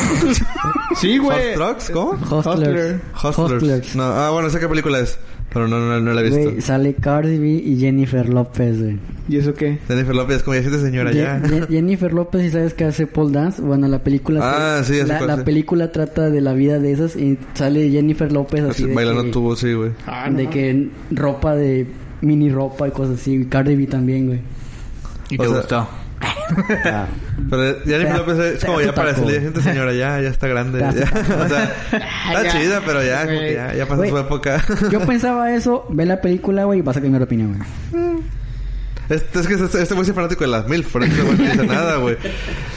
Sí, güey.
¿Hot Trucks? ¿Cómo?
Hostlers.
Hustlers. No, ah, bueno, sé qué película es. Pero no, no, no la he visto.
Güey, sale Cardi B y Jennifer López, güey.
¿Y eso qué?
Jennifer López, como ya dijiste, señora,
Ye-
ya.
Ye- Jennifer López, ¿y sabes que hace pole dance? Bueno, la película...
Ah, sí, ya sé
la,
cuál,
la
sí.
película trata de la vida de esas y sale Jennifer López así de
Bailando
que-
tubo, sí, güey.
Ah,
de
no.
que ropa de... Mini ropa y cosas así. Y Cardi B también, güey.
Y
O
te
sea-
gustó.
Pero eh, Jennifer
Te-
López es
te-
como
te
ya para
taco.
decirle, gente señora, ya, ya está grande.
Te hace
ya". O sea,
Ya.
está chida, pero ya, como que
Güey.
ya, ya pasó
Güey.
su época.
Yo pensaba eso, ve la película, güey, y vas a cambiar de opinión, güey.
este, es que este este güey es fanático de las mil, por eso este güey no dice nada, güey.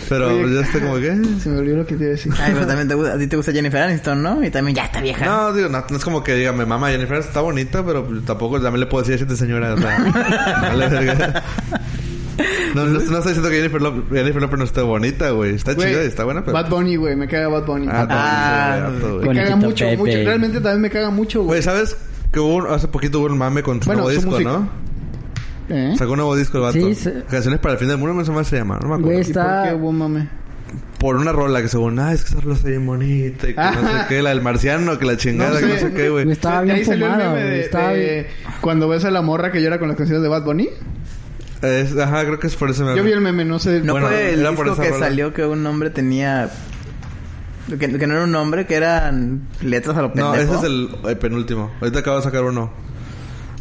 Pero
Oye.
ya está como que... "Eh".
Se me olvidó lo que te iba a decir.
Ay, pero también te gusta, a ti te gusta Jennifer Aniston, ¿no? Y también ya está vieja.
No, digo, no, no es como que diga, me mama Jennifer, está bonita, pero tampoco también le puedo decir gente señora, o sea, vale, verga. No, no, no estoy diciendo que Jennifer López, Jennifer López no esté bonita, güey. Está
Güey,
chida y está buena, pero...
Bad Bunny, güey. Me caga Bad Bunny.
Ah, no,
Ah,
sí, güey, harto, güey.
me caga
Conejito
mucho,
Pepe.
mucho. Realmente también me caga mucho,
Güey,
güey.
¿sabes? Que hubo un- hace poquito hubo un mame con su
Bueno,
nuevo
su
disco,
música.
¿no?
¿Eh?
Sacó un nuevo disco el vato.
Sí, se-
Canciones para el fin del mundo, no sé más se llama, no me acuerdo.
Güey,
¿Y
Está-
por qué hubo un mame?
Por una rola que según, ah, es que esa rola está bien bonita y que no sé
Ajá.
qué, la del marciano, que la chingada,
No
que
sé.
no sé qué, güey.
Estaba
De
bien
ahí salió el
fumada,
meme de,
güey, estaba
de
bien-
cuando ves a la morra que llora con las canciones de Bad Bunny.
Es- Ajá, creo que es por ese mame.
Yo vi el meme, no sé.
¿No
Bueno,
fue el
era por esa
disco que
rola.
salió que un hombre tenía... Que, que no era un nombre, que eran letras a lo pendejo.
No, ese es el, el penúltimo. Ahorita acabo de sacar uno.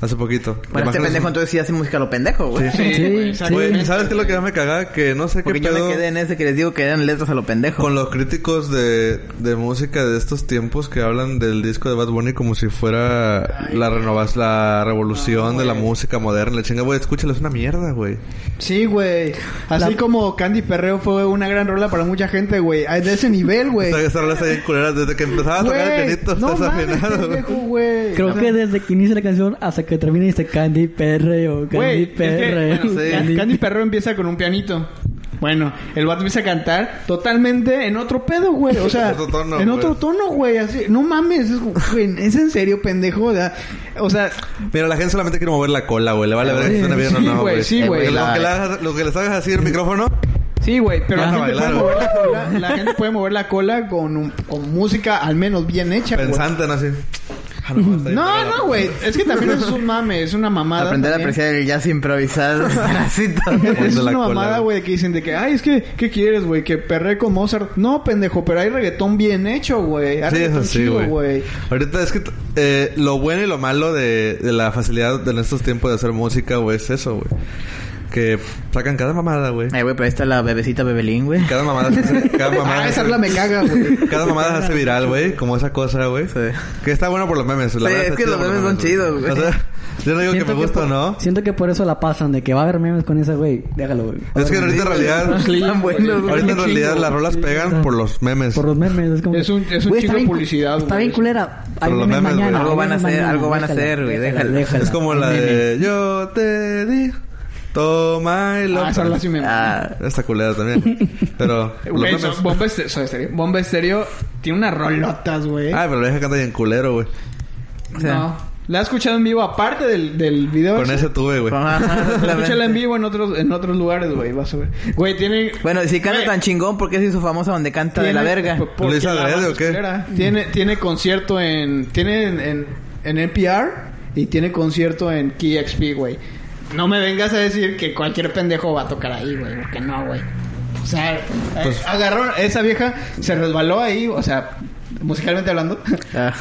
Hace poquito.
Bueno, este
Imagínate-
pendejo entonces sí hace música a lo pendejo, güey.
Sí,
güey,
sí.
exactamente.
Güey, ¿sabes qué es lo que más me cagaba? Que no sé qué
Porque yo
pedo
me quedé en ese que les digo que eran letras a lo pendejo.
con los críticos de, de música de estos tiempos que hablan del disco de Bad Bunny como si fuera la renovación, la revolución de la música moderna. La chinga, güey, escúchalo, es una mierda, güey.
Sí, güey. Así
La-
como Candy Perreo fue una gran rola para mucha gente, güey. Ah, De ese nivel, güey.
Esta, esta rola está bien culera. Desde que empezaba a tocar el
Güey,
pianito,
no
estás
mames,
afinado, güey.
pendejo, güey.
Creo
No.
que desde que inicia la canción hasta que termina dice Candy Perreo, Candy
Güey, es que,
Perreo.
bueno, sí,
Candy-
Candy Perreo empieza con un pianito. Bueno, el vato empieza a cantar totalmente en otro pedo, güey. O sea,
En otro tono,
en
güey.
otro tono, güey. Así, no mames, es, güey, es en serio, pendejo. O sea, o sea,
Mira, la gente solamente quiere mover la cola, güey. Le vale ver si suena bien o
Sí,
no,
güey,
güey.
sí,
Porque
güey.
Lo que, le hagas- lo que les hagas así el micrófono,
sí, güey, pero
Ya.
la gente,
Bailar,
puede mover la, cola, la gente puede mover la cola con, un- con música al menos bien hecha, güey.
pensante, no así. Ah, está bien,
No,
pégala.
no, güey. Es que también es un mame, es una mamada.
Aprender a
también.
apreciar el jazz improvisado. Eh,
Es
Moviendo
una
la cola,
mamada,
güey.
güey, que dicen de que, ay, es que, ¿qué quieres, güey? Que perre con Mozart. No, pendejo, pero hay reggaetón bien hecho, güey. Hay
Sí, eso
reggaetón
sí,
chido,
güey. Ahorita es que t- eh, lo bueno y lo malo de, de la facilidad de en estos tiempos de hacer música, güey, es eso, güey. Que sacan cada mamada, güey.
Ay, güey, pero ahí está la bebecita Bebelín, güey.
Cada mamada se hace, cada mamada
Ah,
se
esa
hace-
rola me caga, güey.
Cada mamada se hace viral, güey. Como esa cosa, güey.
Sí.
Que está bueno por los memes. la
Sí,
verdad
es
está
que
chido
los
por
memes son chidos, güey.
O sea, yo no digo que me gusta o
por-
no.
Siento que por eso la pasan, de que va a haber memes con esa güey. Déjalo, güey.
Es que ahorita en realidad...
Están buenos, güey.
Ahorita en realidad
chingo.
las rolas pegan por los memes.
Por los memes, es como.
Es un- es un
Güey,
chingo
está
de
bien-
publicidad,
Está
güey.
bien culera. Hay
Por los
memes
memes, güey.
mañana.
Algo
hay
van a
memes
hacer,
mañana,
algo van a
déjala,
hacer, güey,
déjala,
déjala.
déjala.
Es como la de... Yo te di... Toma el
Ah,
otro".
esa rola sí me
Ah,
Esta culera también. Pero. los
Güey,
memes-
so- Bomba Estéreo, Soda Stereo. Bomba Estéreo tiene unas rolotas, güey.
Ay, pero la vieja canta bien culero, güey.
o sea,
No. La he escuchado en vivo aparte del, del video.
Con ese tuve, güey.
Escúchala
Escúchala
en vivo en otros, en otros lugares, güey. Vas a ver. Güey, tiene...
Bueno, si canta
Güey.
tan chingón, ¿por qué se hizo famosa donde canta de la
Tiene-
verga?
por- porque
¿Lo hizo
la
adrede
banda
o qué?
escalera. ah? Tiene, tiene concierto en... Tiene en, en, en NPR y tiene concierto en KXP, güey. No me vengas a decir que cualquier pendejo va a tocar ahí, güey. Porque no, güey. O sea, eh,
Pues-
agarró... Esa vieja se resbaló ahí, o sea... Musicalmente hablando.
Ah.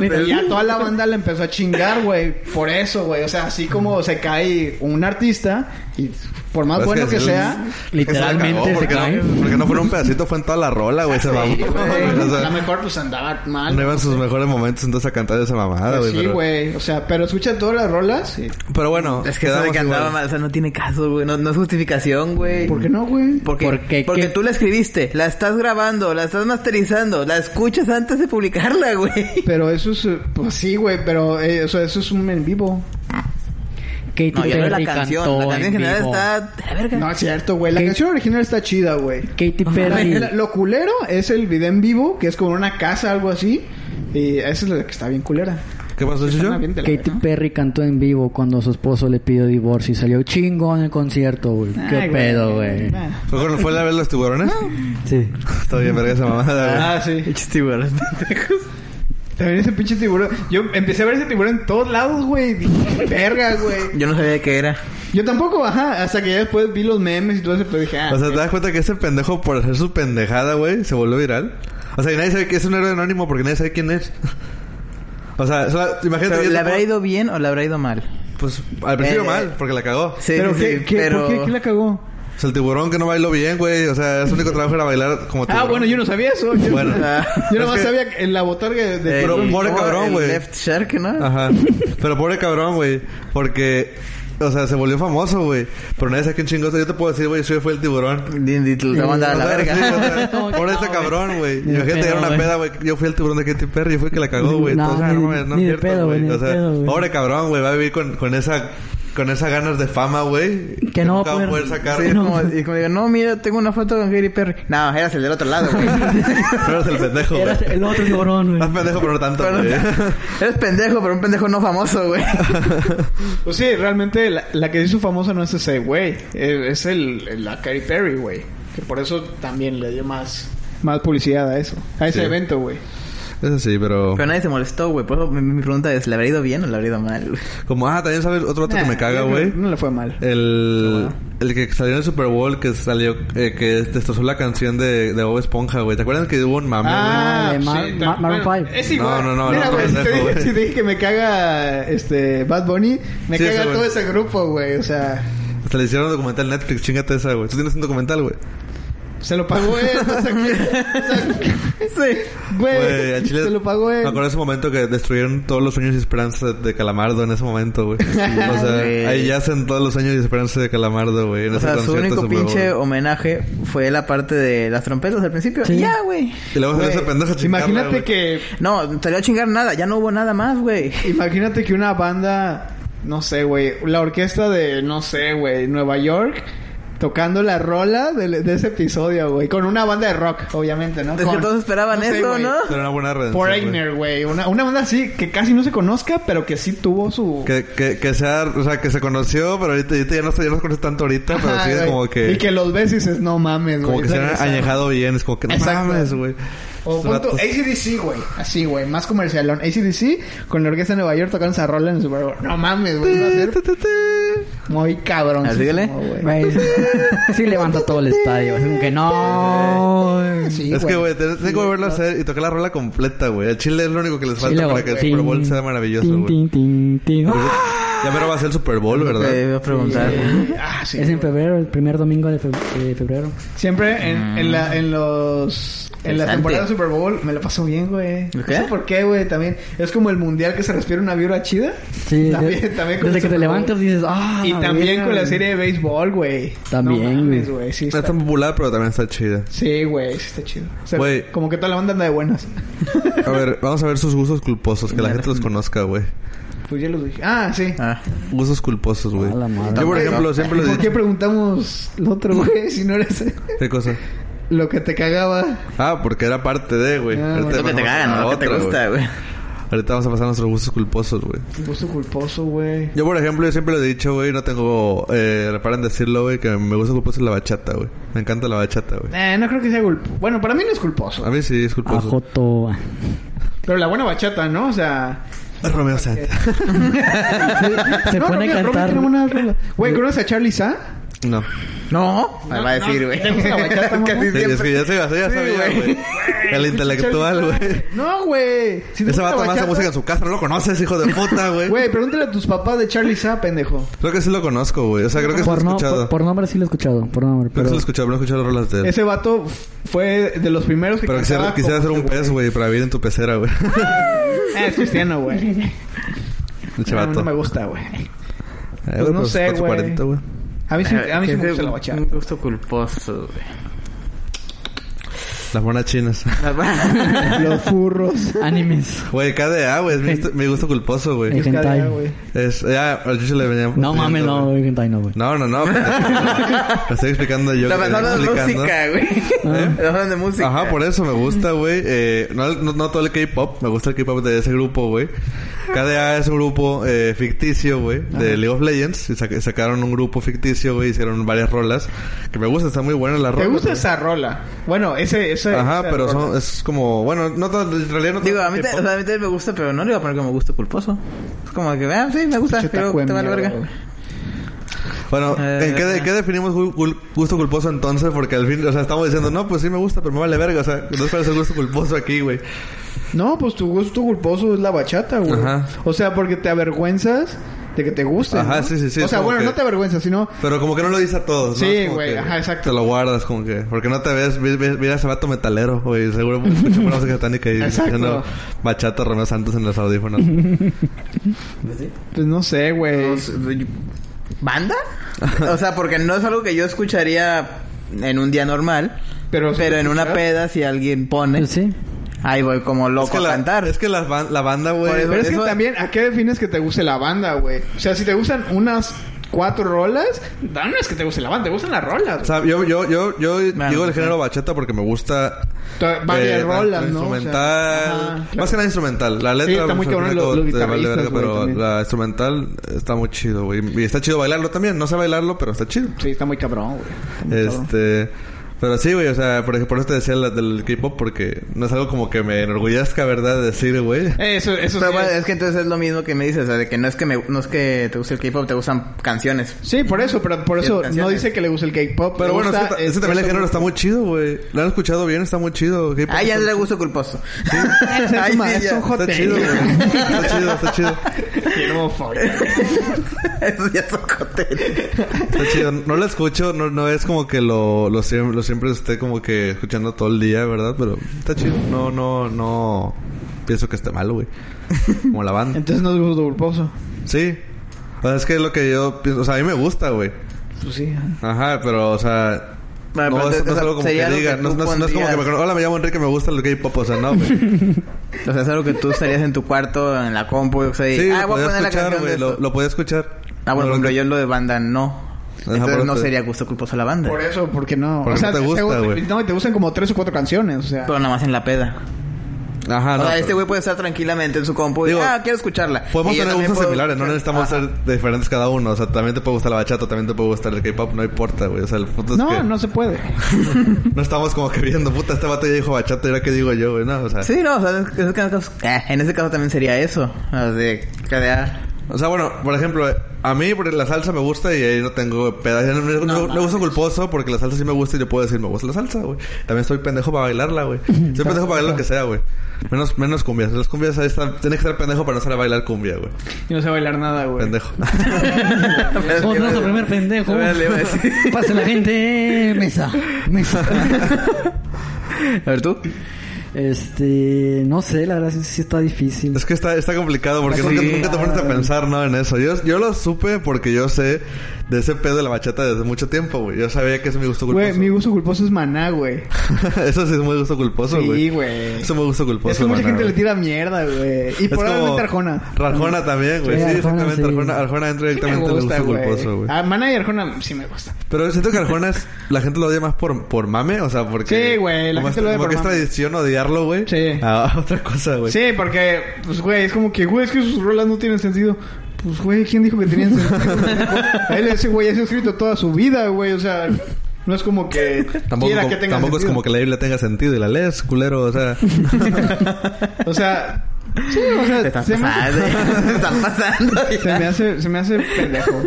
y a toda la banda le empezó a chingar, güey. Por eso, güey. O sea, así como se cae un artista, y por más
Pues Es
bueno que
sí,
sea,
literalmente
se la cagó,
se
porque
cae.
No, porque no fue un pedacito, fue en toda la rola, güey. Se mamó.
Sí, güey.
O sea,
a lo mejor pues andaba mal.
no iban sus mejores momentos entonces a cantar esa mamada,
Pues
güey.
sí,
pero-
güey. O sea, pero escucha todas las rolas. y-
Pero bueno,
Es que eso de que
igual.
andaba mal, o sea, no tiene caso, güey. No, no es justificación, güey.
¿Por qué no, güey?
Porque,
Porque-
porque
¿qué?
tú la escribiste, la estás grabando, la estás masterizando, la escuchas antes de publicarla, güey.
Pero eso es... eh, Pues sí, güey. Pero eh, o sea, eso es un en vivo.
Katy
No, yo hablo de
Perry
la canción.
cantó
La canción en
en
general
vivo.
está de la verga.
No es cierto, güey. La
¿Qué?
canción original está chida, güey.
Katy
Ah,
Perry.
La- Lo culero es el video en vivo, que es como una casa, algo así. Y esa es la que está bien culera.
¿Qué pasó,
Está
Chucho?
bien de la
Katy
verga.
Perry cantó en vivo cuando su esposo le pidió divorcio y salió chingón el concierto, güey. Qué
Ay,
pedo, güey.
Ah.
¿Fue cuando fue la vez de los tiburones?
Sí.
Está bien, verga esa mamada, güey.
Ah, sí.
Pinches tiburones pendejos.
También ese pinche tiburón. Yo empecé a ver ese tiburón en todos lados, güey. Dije, Verga, güey.
Yo no sabía de qué era.
Yo tampoco, ajá. Hasta que ya después vi los memes y todo eso, pero dije, ah.
O sea, ¿te das cuenta que ese pendejo por hacer su pendejada, güey, se volvió viral? O sea, y nadie sabe que es un héroe anónimo porque nadie sabe quién es. o sea, solo- imagínate...
Pero,
yo
¿Le
te
habrá
puedo-
ido bien o le habrá ido mal?
Pues al principio
Eh,
mal, porque la cagó.
Sí,
pero,
sí,
¿qué,
sí,
qué,
pero-
¿por qué?
Eh,
¿Qué la cagó? Ah,
O sea, el tiburón que no bailó bien, güey. O sea, su único trabajo era bailar como tiburón.
Ah, bueno, yo no sabía eso. Yo,
Bueno.
yo nomás
Es que- Eh.
sabía que en la botarga de... de-
El-
Pero pobre
¿cómo?
cabrón,
El
güey.
Left Shark, ¿no?
Ajá. Pero pobre cabrón, güey. Porque, o sea, se volvió famoso, güey. Pero nadie sabe quién chingó. Yo te puedo decir, güey, yo fue el tiburón.
Din- din- Te lo manda a la
O sea, sí, o
verga.
sea,
Como que
Pobre
no,
este
güey.
cabrón, güey.
Ni de
Imagínate,
pedo,
era una
güey.
peda, güey. Yo fui el tiburón de Katy Perry. Yo fui el que la cagó, güey.
No,
Entonces,
ni-
mames,
ni de
es cierto,
pedo, güey, ni
O
de
sea,
pedo, güey.
pobre cabrón, güey. Va a vivir con, con esa... Con esas ganas de fama, güey.
Que no va a
nunca
poder-
sacar.
Sí, como, y como digo, no, mira, tengo una foto con Katy Perry. No, eras el del otro lado, güey.
Pero eres el pendejo, güey.
Era el otro tiburón,
Estás
güey.
pendejo, pero no tanto,
Pero-
güey.
eres pendejo, pero un pendejo no famoso, güey.
Pues sí, realmente la, la que hizo famosa no es ese güey. Eh, Es el, el- la Katy Perry, güey. Que por eso también le dio más, más publicidad a eso. A ese
Sí.
evento, güey.
Eso sí, pero...
Pero nadie se molestó, güey. Por eso mi, mi pregunta es, ¿le habrá ido bien o le habrá ido mal? güey?
Como, ah, también sabes otro vato
Eh,
que me
Nah,
caga,
yo creo
güey.
que No le fue mal.
El, el que salió en el Super Bowl, que salió, eh, que destrozó la canción de, de Bob Esponja, güey. ¿Te acuerdas que hubo un mame?
Ah, de Mar-
ta-
Ma- Maroon
pues bueno,
five.
Es igual.
No, no, no,
Mira,
no,
güey, si, te
pendejo,
dije,
güey.
si te dije que me caga este Bad Bunny, me
Sí,
caga
ese, güey.
todo ese grupo, güey. O sea,
güey? Hasta le hicieron un documental en Netflix, chingate esa, güey. Tú tienes un documental, güey.
se lo pagó él. o sea, que- o sea,
Güey,
Güey,
al Chile-
se lo pagó él.
Me acuerdo de ese momento que destruyeron todos los sueños y esperanzas de, de Calamardo en ese momento, güey. o sea,
güey.
ahí yacen todos los sueños y esperanzas de Calamardo, güey. En
O
ese
sea, su
concierto
único
Super Bowl.
pinche homenaje fue la parte de las trompetas al principio.
Sí.
Y ya, güey.
Y luego salió ese pendejo a chingarla,
Imagínate
güey.
que
No, salió a chingar nada. Ya no hubo nada más, güey.
Imagínate que una banda, no sé, güey, la orquesta de, no sé, güey, Nueva York, tocando la rola de, de ese episodio, güey, con una banda de rock, obviamente, ¿no?
Es que
Con-
todos esperaban
sé,
eso,
güey,
¿no?
Pero una buena redención, güey.
Foreigner, güey, una, una banda así que casi no se conozca, pero que sí tuvo su...
Que, que, que sea, o sea, que se conoció, pero ahorita, ahorita ya no se, ya no se conoce tanto ahorita, pero
Ajá,
sí es
güey.
como que...
Y que los ves y dices, no mames, güey.
Como que se han
regresaron".
añejado bien, es como que no
Exacto.
mames, güey.
O
Estos
pon tú,
vatos-
ACDC, güey. Así, güey. Más comercialón. ACDC con la Orquesta de Nueva York tocando esa rola en el Super Bowl. No mames, güey. Va a ser muy cabrón.
Así, dile.
Güey, sí- Sí levanta todo el estadio. Es como que no.
Sí,
Es que, güey, te- tengo que verlo hacer y tocar la rola completa, güey. El Chile es lo único que les
Sí,
falta
luego,
para que el
tin,
Super Bowl sea maravilloso,
tin,
güey.
tin, tin, tin. Ah,
Ya pero va a ser el Super Bowl, ¿verdad?
Te iba a preguntar.
Ah, sí,
Es en
güey.
febrero, el primer domingo de fe- eh, febrero.
Siempre en,
Mm.
en, la, en los... En la
Interesante.
temporada de Super Bowl me la paso bien, güey.
¿Por
No
qué?
sé por qué, güey. También es como el mundial que se respira una vibra chida.
Sí,
También-
de-
también con
desde
el
que
Super
te
Bowl.
levantas dices, ah.
Y
la
también
verga,
con la
güey.
serie de béisbol, güey.
También,
No mames,
güey.
güey. Sí,
No es
está-
tan popular, pero también está chida.
Sí, güey. Sí está chido. O sea,
Güey.
como que toda la banda anda de buenas.
A ver, vamos a ver sus gustos culposos, que la gente los conozca, güey.
Pues ya los dije. Ah, sí.
Ah.
Gustos culposos, güey.
A la madre.
Yo, por ejemplo, siempre los he
¿Por qué
dicho.
preguntamos lo otro, güey? Si no eres
¿Qué cosa?
lo que te cagaba.
Ah, porque era parte de, güey.
Ah, bueno.
Ahorita
Lo que
vamos
te
a pasar
cagan,
a
lo que te
otra,
gusta,
güey.
güey.
Ahorita vamos a pasar a nuestros gustos culposos, güey.
Gusto pues, culposo, güey.
Yo, por ejemplo, yo siempre lo he dicho, güey, no tengo... Eh, reparen decirlo, güey, que me gusta culposo la bachata, güey. Me encanta la bachata, güey.
Eh, no creo que sea culposo. Bueno, para mí no es culposo.
A mí sí, es culposo.
Ajoto.
Pero la buena bachata, ¿no? O sea...
Romeo Santos.
Se pone a
Romeo, Romeo
cantar.
tiene buenas rolas. Güey, ¿conoces a Charlie Sa?
No.
No, me va a decir, güey.
¿Te gusta la bachata, mamá?
Casi
Sí, es que
siempre.
ya se ya
Sí,
sabía,
güey.
güey. El intelectual, güey.
No, güey. Si te gusta
Ese vato
la
más hace
bachata-
música en su casa. No lo conoces, hijo de puta, güey.
Güey, pregúntale a tus papás de Charlie Sa, pendejo.
Creo que sí lo conozco, güey. O sea, creo que sí lo he
Por, no- por,
escuchado.
por nombre sí lo he escuchado. Por nombre,
Creo que
pero.
sí lo he escuchado, pero no he escuchado rolas de él.
Ese vato fue de los primeros que
Pero quisiera,
cantaba
quisiera hacer
como-
un pez, güey, para vivir en tu pecera, güey.
Ah, es cristiano, güey.
Pinche
No,
vato.
no me gusta, güey.
Eh,
Pues no
pues,
sé, güey.
440, güey.
A mí sí, a mí sí
Eh, Ese
me
es
gusta la
Un
bachata.
gusto culposo, güey.
Las monas chinas.
Los furros.
Animes.
Güey, KDA, güey. Es mi, gusto- mi gusto culposo, güey.
Es
Cada
hentai.
día, güey.
Es... Ya, al Chucho le venía...
No mames, no,
güey.
güey, hentai no, güey.
No, no, no. Lo estoy explicando yo.
Estamos
que
hablando
estoy
de
explicando.
música, güey.
¿Eh?
Estamos hablando de música.
Ajá, por eso me gusta, güey. Eh, no, no, no todo el K-pop, me gusta el K-pop de ese grupo, güey. KDA es un grupo eh, ficticio, güey, de League of Legends. Y sac- sacaron un grupo ficticio, güey, hicieron varias rolas. Que me gusta, están muy buenas las
¿Te
rolas.
gusta
güey.
esa rola? Bueno, ese... ese
Ajá,
esa
pero
rola.
son, es como, bueno, no todo, en realidad no todo
Digo, a mí,
el
te- o
K-pop.
sea, a mí también me gusta, pero no le voy a poner como gusto culposo. Es como que, ah, sí, me gusta,
Pinche
pero
taco de
te va a la
mierda,
verga.
güey.
Bueno,
Eh,
¿en qué, de- qué definimos gu- gul- gusto culposo entonces? Porque al fin, o sea, estamos diciendo, no, pues sí me gusta, pero me vale verga. O sea, no es para ser gusto culposo aquí, güey.
No, pues tu gusto culposo es la bachata, güey.
Ajá.
O sea, porque te avergüenzas de que te guste.
Ajá,
¿no?
sí, sí, sí,
O
es
sea,
como
bueno,
que-
no te avergüenzas, sino.
Pero como que no lo dice a todos, ¿no?
Sí,
Es como
güey,
que
ajá, exacto.
Te lo guardas, como que... Porque no te ves... vi- vi- Mira a ese vato metalero, güey. Seguro escucha una música satánica y
Exacto.
diciendo... Bachata Romeo Santos en los audífonos.
Pues no sé, güey.
¿Banda? o sea, porque no es algo que yo escucharía en un día normal,
Pero,
pero en una
peda.
peda si alguien pone,
Pues Sí.
ahí voy como loco
es que
a
la,
cantar.
Es que la, ban- la banda, güey...
Por
Pero es que
Eso-
también, ¿a qué defines que te guste la banda, güey? O sea, si te gustan unas cuatro rolas, no es que te guste la banda, te gustan las rolas.
O
güey.
sea, yo, yo, yo, yo
Bueno,
digo el
sí.
género bachata porque me gusta...
Ta- varias
eh,
rolas, ¿no? O
la
sea,
Instrumental...
ajá, claro.
Más que nada instrumental. La letra...
Sí, está muy
pues, al
cabrón
final
los-
todo
los
te vale
guitarristas,
verga,
güey,
Pero
también.
la instrumental está muy chido, güey. Y está chido bailarlo también. No sé bailarlo, pero está chido.
Sí, está muy cabrón, güey. Está muy cabrón.
Este. Pero sí, güey, o sea, por, por eso te decía la del K-pop, porque no es algo como que me enorgullezca, ¿verdad? Decir, güey.
Eso, eso
Pero
sí.
bueno,
es-
es que entonces es lo mismo que me dices, o sea, de que no es que me, no es que te guste el K-pop, te gustan canciones.
Sí, por eso, pero por
Sí,
eso no
canciones.
dice que le gusta el K-pop. le
Pero bueno,
gusta
ese, ta- ese también el
eso-
género está muy chido, güey. Lo han escuchado bien, está muy chido. K-pop
Ah, ya
está-
le gusto culposo.
Es un
Ay, sí,
ma- es
ya.
un hot
Está
take.
chido, güey. Está chido, está chido.
Qué homofobia.
Eso ya es un cóctel.
Está chido. No lo escucho, no, no es como que lo, lo, siem- lo siempre esté como que escuchando todo el día, ¿verdad? Pero está chido. No, no, no. Pienso que esté malo, güey. Como la banda.
Entonces no es gusto culposo.
Sí. O sea, es que es lo que yo pienso. O sea, a mí me gusta, güey.
Pues sí.
Ajá, pero, o sea...
Bueno,
no, es, no
pero
es
entonces,
algo como
sería
que
lo que
diga.
tú
no, no es- no es como que me
pondrías.
conozco. Hola, me llamo Enrique, me gusta el K-pop. O sea, no, güey.
O sea, es algo que tú estarías en tu cuarto, en la compu, o sea, y,
Sí,
ah,
lo
voy
podía
a poner la
escuchar,
canción de
güey. Lo,
esto.
lo podía escuchar.
Ah, bueno,
No,
por ejemplo,
no-
yo lo de banda no.
por
Entonces no
eso.
sería gusto culposo a la banda.
Por eso, porque no.
Porque no te gusta, güey.
No, y te gustan como tres o cuatro canciones, o sea.
Pero nada más en la peda.
Ajá, no.
o sea, este
pero-
güey puede estar tranquilamente en su compu y
Digo,
ah, quiero escucharla.
Podemos
Y yo
tener
también
gustos
puedo
similares. No
escuchar-
necesamos
Ajá.
ser diferentes cada uno. O sea, también te puede gustar la bachata, también te puede gustar el K-pop. No importa, güey. O sea, el punto es
no,
que...
no se puede.
no estamos como que viendo... Puta, este vato ya dijo bachata. ¿Y ahora qué digo yo, güey? No, o sea...
Sí, no, o sea, es- es que en ese caso, eh, en ese caso también sería eso. O sea, cadear.
O sea, bueno, por ejemplo, eh, a mí por la salsa me gusta y ahí no tengo pedas. No, no, no- no uso culposo porque la salsa sí me gusta y yo puedo decir, me gusta la salsa, güey. También soy pendejo para bailarla, güey. Soy pendejo para bailar lo que sea, güey. Menos, menos cumbias. Las cumbias ahí están. Tienes que ser pendejo para no saber bailar cumbia, güey.
Y no sé bailar nada, güey.
Pendejo. Pues
Oh, nuestro primer pendejo.
Ahorita le iba a decir.
Pase la gente. Mesa. Mesa.
A ver, tú.
Este, no sé, la verdad sí, sí está difícil.
es que está, está complicado porque
Sí.
nunca, nunca te pones a pensar, ¿no? En eso. Yo, yo lo supe porque yo sé de ese pedo de la bachata desde mucho tiempo, güey. Yo sabía que es mi gusto culposo.
Güey, mi gusto culposo es maná, güey.
eso sí es muy gusto culposo, güey.
Sí, güey.
Eso me gusta culposo.
Es que mucha
maná,
gente
güey.
le tira mierda, güey. Y
Es
probablemente
como-
Arjona.
Arjona también, güey.
Sí,
Sí,
Arjona,
exactamente.
sí.
Arjona, Arjona entra
Sí me
directamente en el
gusta,
gusto culposo,
güey. Ah.
güey.
A Maná y Arjona sí me gusta.
Pero siento que Arjona es... La gente lo odia más por, por mame. O sea, porque...
Sí, güey, la
como
gente
es-
lo odia
Como
por
que
mame.
es tradición odiarlo, güey.
Sí.
A a otra cosa, güey.
Sí, porque, pues, güey, es como que, güey, es que sus rolas no tienen sentido. Pues, güey, ¿quién dijo que tenían sentido? Él, ese güey, ha escrito toda su vida, güey. O sea, no es como que
Tampoco,
quiera
como-
que tenga
tampoco es
sentido.
como que la Biblia tenga sentido y la lees, culero. O sea...
O sea, sí, o sea, se me, hace,
Te están pasando.
se me hace, se me hace pendejo.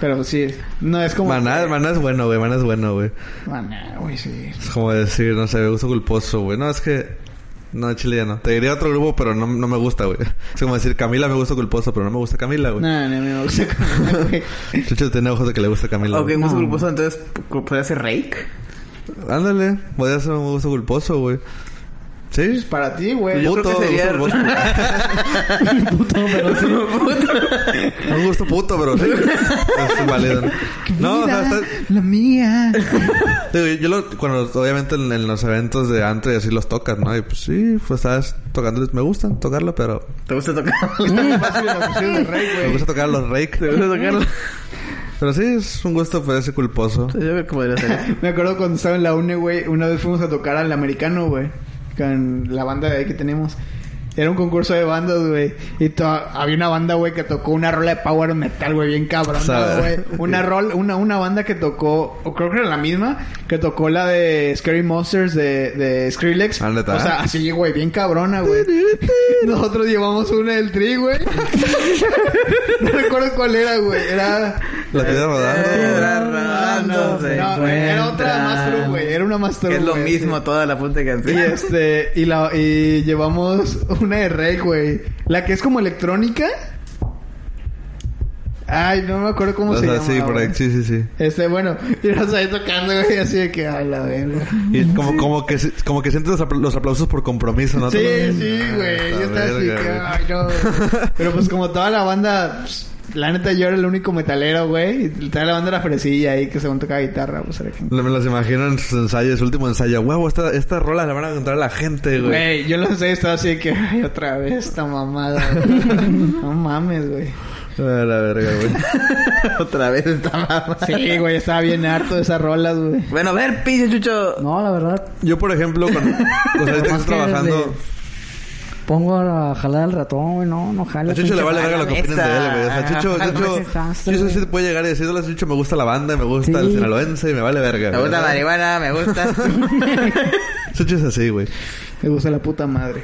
Pero sí, no es como...
maná,
que-
maná es bueno, güey. Maná es bueno, güey.
Maná, güey, sí.
Es como decir, no sé, gusto culposo, güey. No, es que... No, chile ya no. Te diría otro grupo, pero no, no me gusta, güey. Es como decir, Camila me gusta culposo, pero no me gusta Camila, güey.
No, no me gusta con- güey.
Chucho tiene ojos de que le gusta Camila.
Ok,
güey.
gusto
No.
culposo, entonces, ¿podría ser Rake?
Ándale, podría ser un gusto culposo, güey. Sí, Sí.
Para ti, güey.
Yo creo que sería-
me gusta el gusto.
Puto, pero sí.
Un gusto puto, pero sí. es válido. ¿no? No, o sea, está-
La mía.
digo, yo lo- cuando obviamente en, en los eventos de antes y así los tocas, ¿no? Y pues sí, pues estás tocando, me gustan tocarlo, pero
¿Te gusta tocar?
Fácil, la pusieron de rey,
me
güey.
gusta tocar los
¿Te
rake.
gusta tocarlo?
Pero sí, es un gusto pues ese culposo.
Yo creo que podría ser.
Me acuerdo cuando estaba en la UNE, güey, una vez fuimos a tocar al americano, güey, con la banda de ahí que tenemos. Era un concurso de bandas, güey. Y to- había una banda, güey, que tocó una rola de power metal, güey, bien cabrón,
O sea,
güey. Una rol, una, una banda que tocó, o creo que era la misma, que tocó la de Scary Monsters de, de Skrillex.
Ah, ¿neta?
O sea, así, güey, bien cabrona, güey. Nosotros llevamos una del tri, güey. no recuerdo cuál era, güey. Era.
La piedra rodando.
Piedra rodando se
No, güey, era otra
encuentra.
Master, güey. Era una Master,
Que es lo
güey,
mismo
sí.
toda la puta
Y
canción.
este, y la, y llevamos una de Rey, güey. La que es como electrónica. Ay, no me acuerdo cómo
O
se
sea,
llama.
sí, por ahí,
güey.
sí, sí, sí.
Este, bueno, y nos ahí tocando, güey, así de que, ay, la verga.
Y como, como, que, se- como que sientes los apl- los aplausos por compromiso, ¿no?
Sí,
Todo-
sí, güey. Yo
La
estaba así
verga,
que,
güey.
ay, no. güey. Pero pues como toda la banda, pues, la neta yo era el único metalero, güey. Y toda la banda era fresilla ahí que según tocaba guitarra, pues era que-
No Me los imagino en sus ensayos, su último ensayo. Huevo, esta, esta rola la van a contar a la gente, güey.
Güey, yo lo sé, estaba así de que, ay, otra vez esta mamada. güey. no mames, güey.
A la verga, güey.
Otra vez esta mamá.
Sí, güey, estaba bien harto de esas rolas, güey.
Bueno, a ver, pinche chucho.
No, la verdad,
Yo, por ejemplo, cuando, o sea, ahorita que
Más
estoy
que
trabajando...
pongo a jalar al ratón, güey. No, no jala.
A Chucho le
pinche-
vale
a
verga
la
lo que opinen de
mesa.
él, güey. O sea, Chucho,
Ah, no,
Chucho...
ese sastre,
Chucho sí
güey.
te puede llegar y decir, hola, Chucho, me gusta la banda, me gusta el
Sí.
sinaloense, y me vale verga.
Me
güey.
gusta la marihuana, me gusta.
Chucho es así, güey.
Me gusta la puta madre.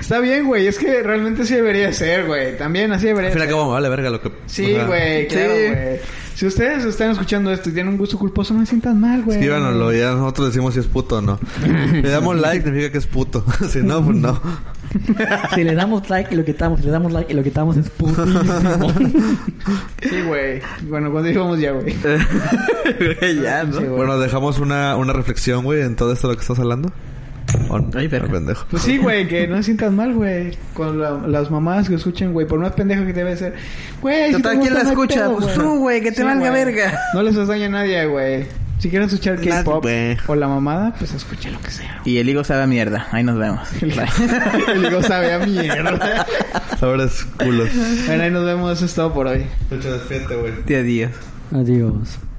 Está bien, güey. Es que realmente sí debería ser, güey. También así debería
Al fin y al
ser.
cabo me vale verga lo que...
Sí,
o sea,
güey, claro, güey. Si ustedes están escuchando esto y tienen un gusto culposo, no se sientan mal, güey.
Escríbanoslo, ya nosotros decimos si es puto o no. Le damos like, significa que es puto. si no, pues no.
Si le damos like y lo quitamos, si le damos like y lo quitamos es putísimo.
Sí, güey. Bueno, cuando íbamos ya, güey.
Güey, ya,
Sí,
¿no?
güey.
Bueno, dejamos una, una reflexión, güey, en todo esto de lo que estás hablando. ¿O no?
Ay, verga.
Ah, pendejo.
Pues sí, güey, que no se sientan mal, güey. Con la- las mamadas que escuchen, güey. Por más pendejo que te debe ser. Güey,
Total,
te
¿quién
gusta,
la
no hay
escucha? Pues tú, güey, que te valga
güey.
verga.
No les daña a nadie, güey. Si quieren escuchar
Nadie,
K-pop
güey.
o la mamada, pues escuchen lo que sea.
Y el higo sabe a mierda. Ahí nos vemos. Bye.
El higo sabe a mierda.
Sabores culos.
Bueno, ahí nos vemos. Eso es todo por hoy.
Mucho despierte, güey.
Día a día.
Adiós.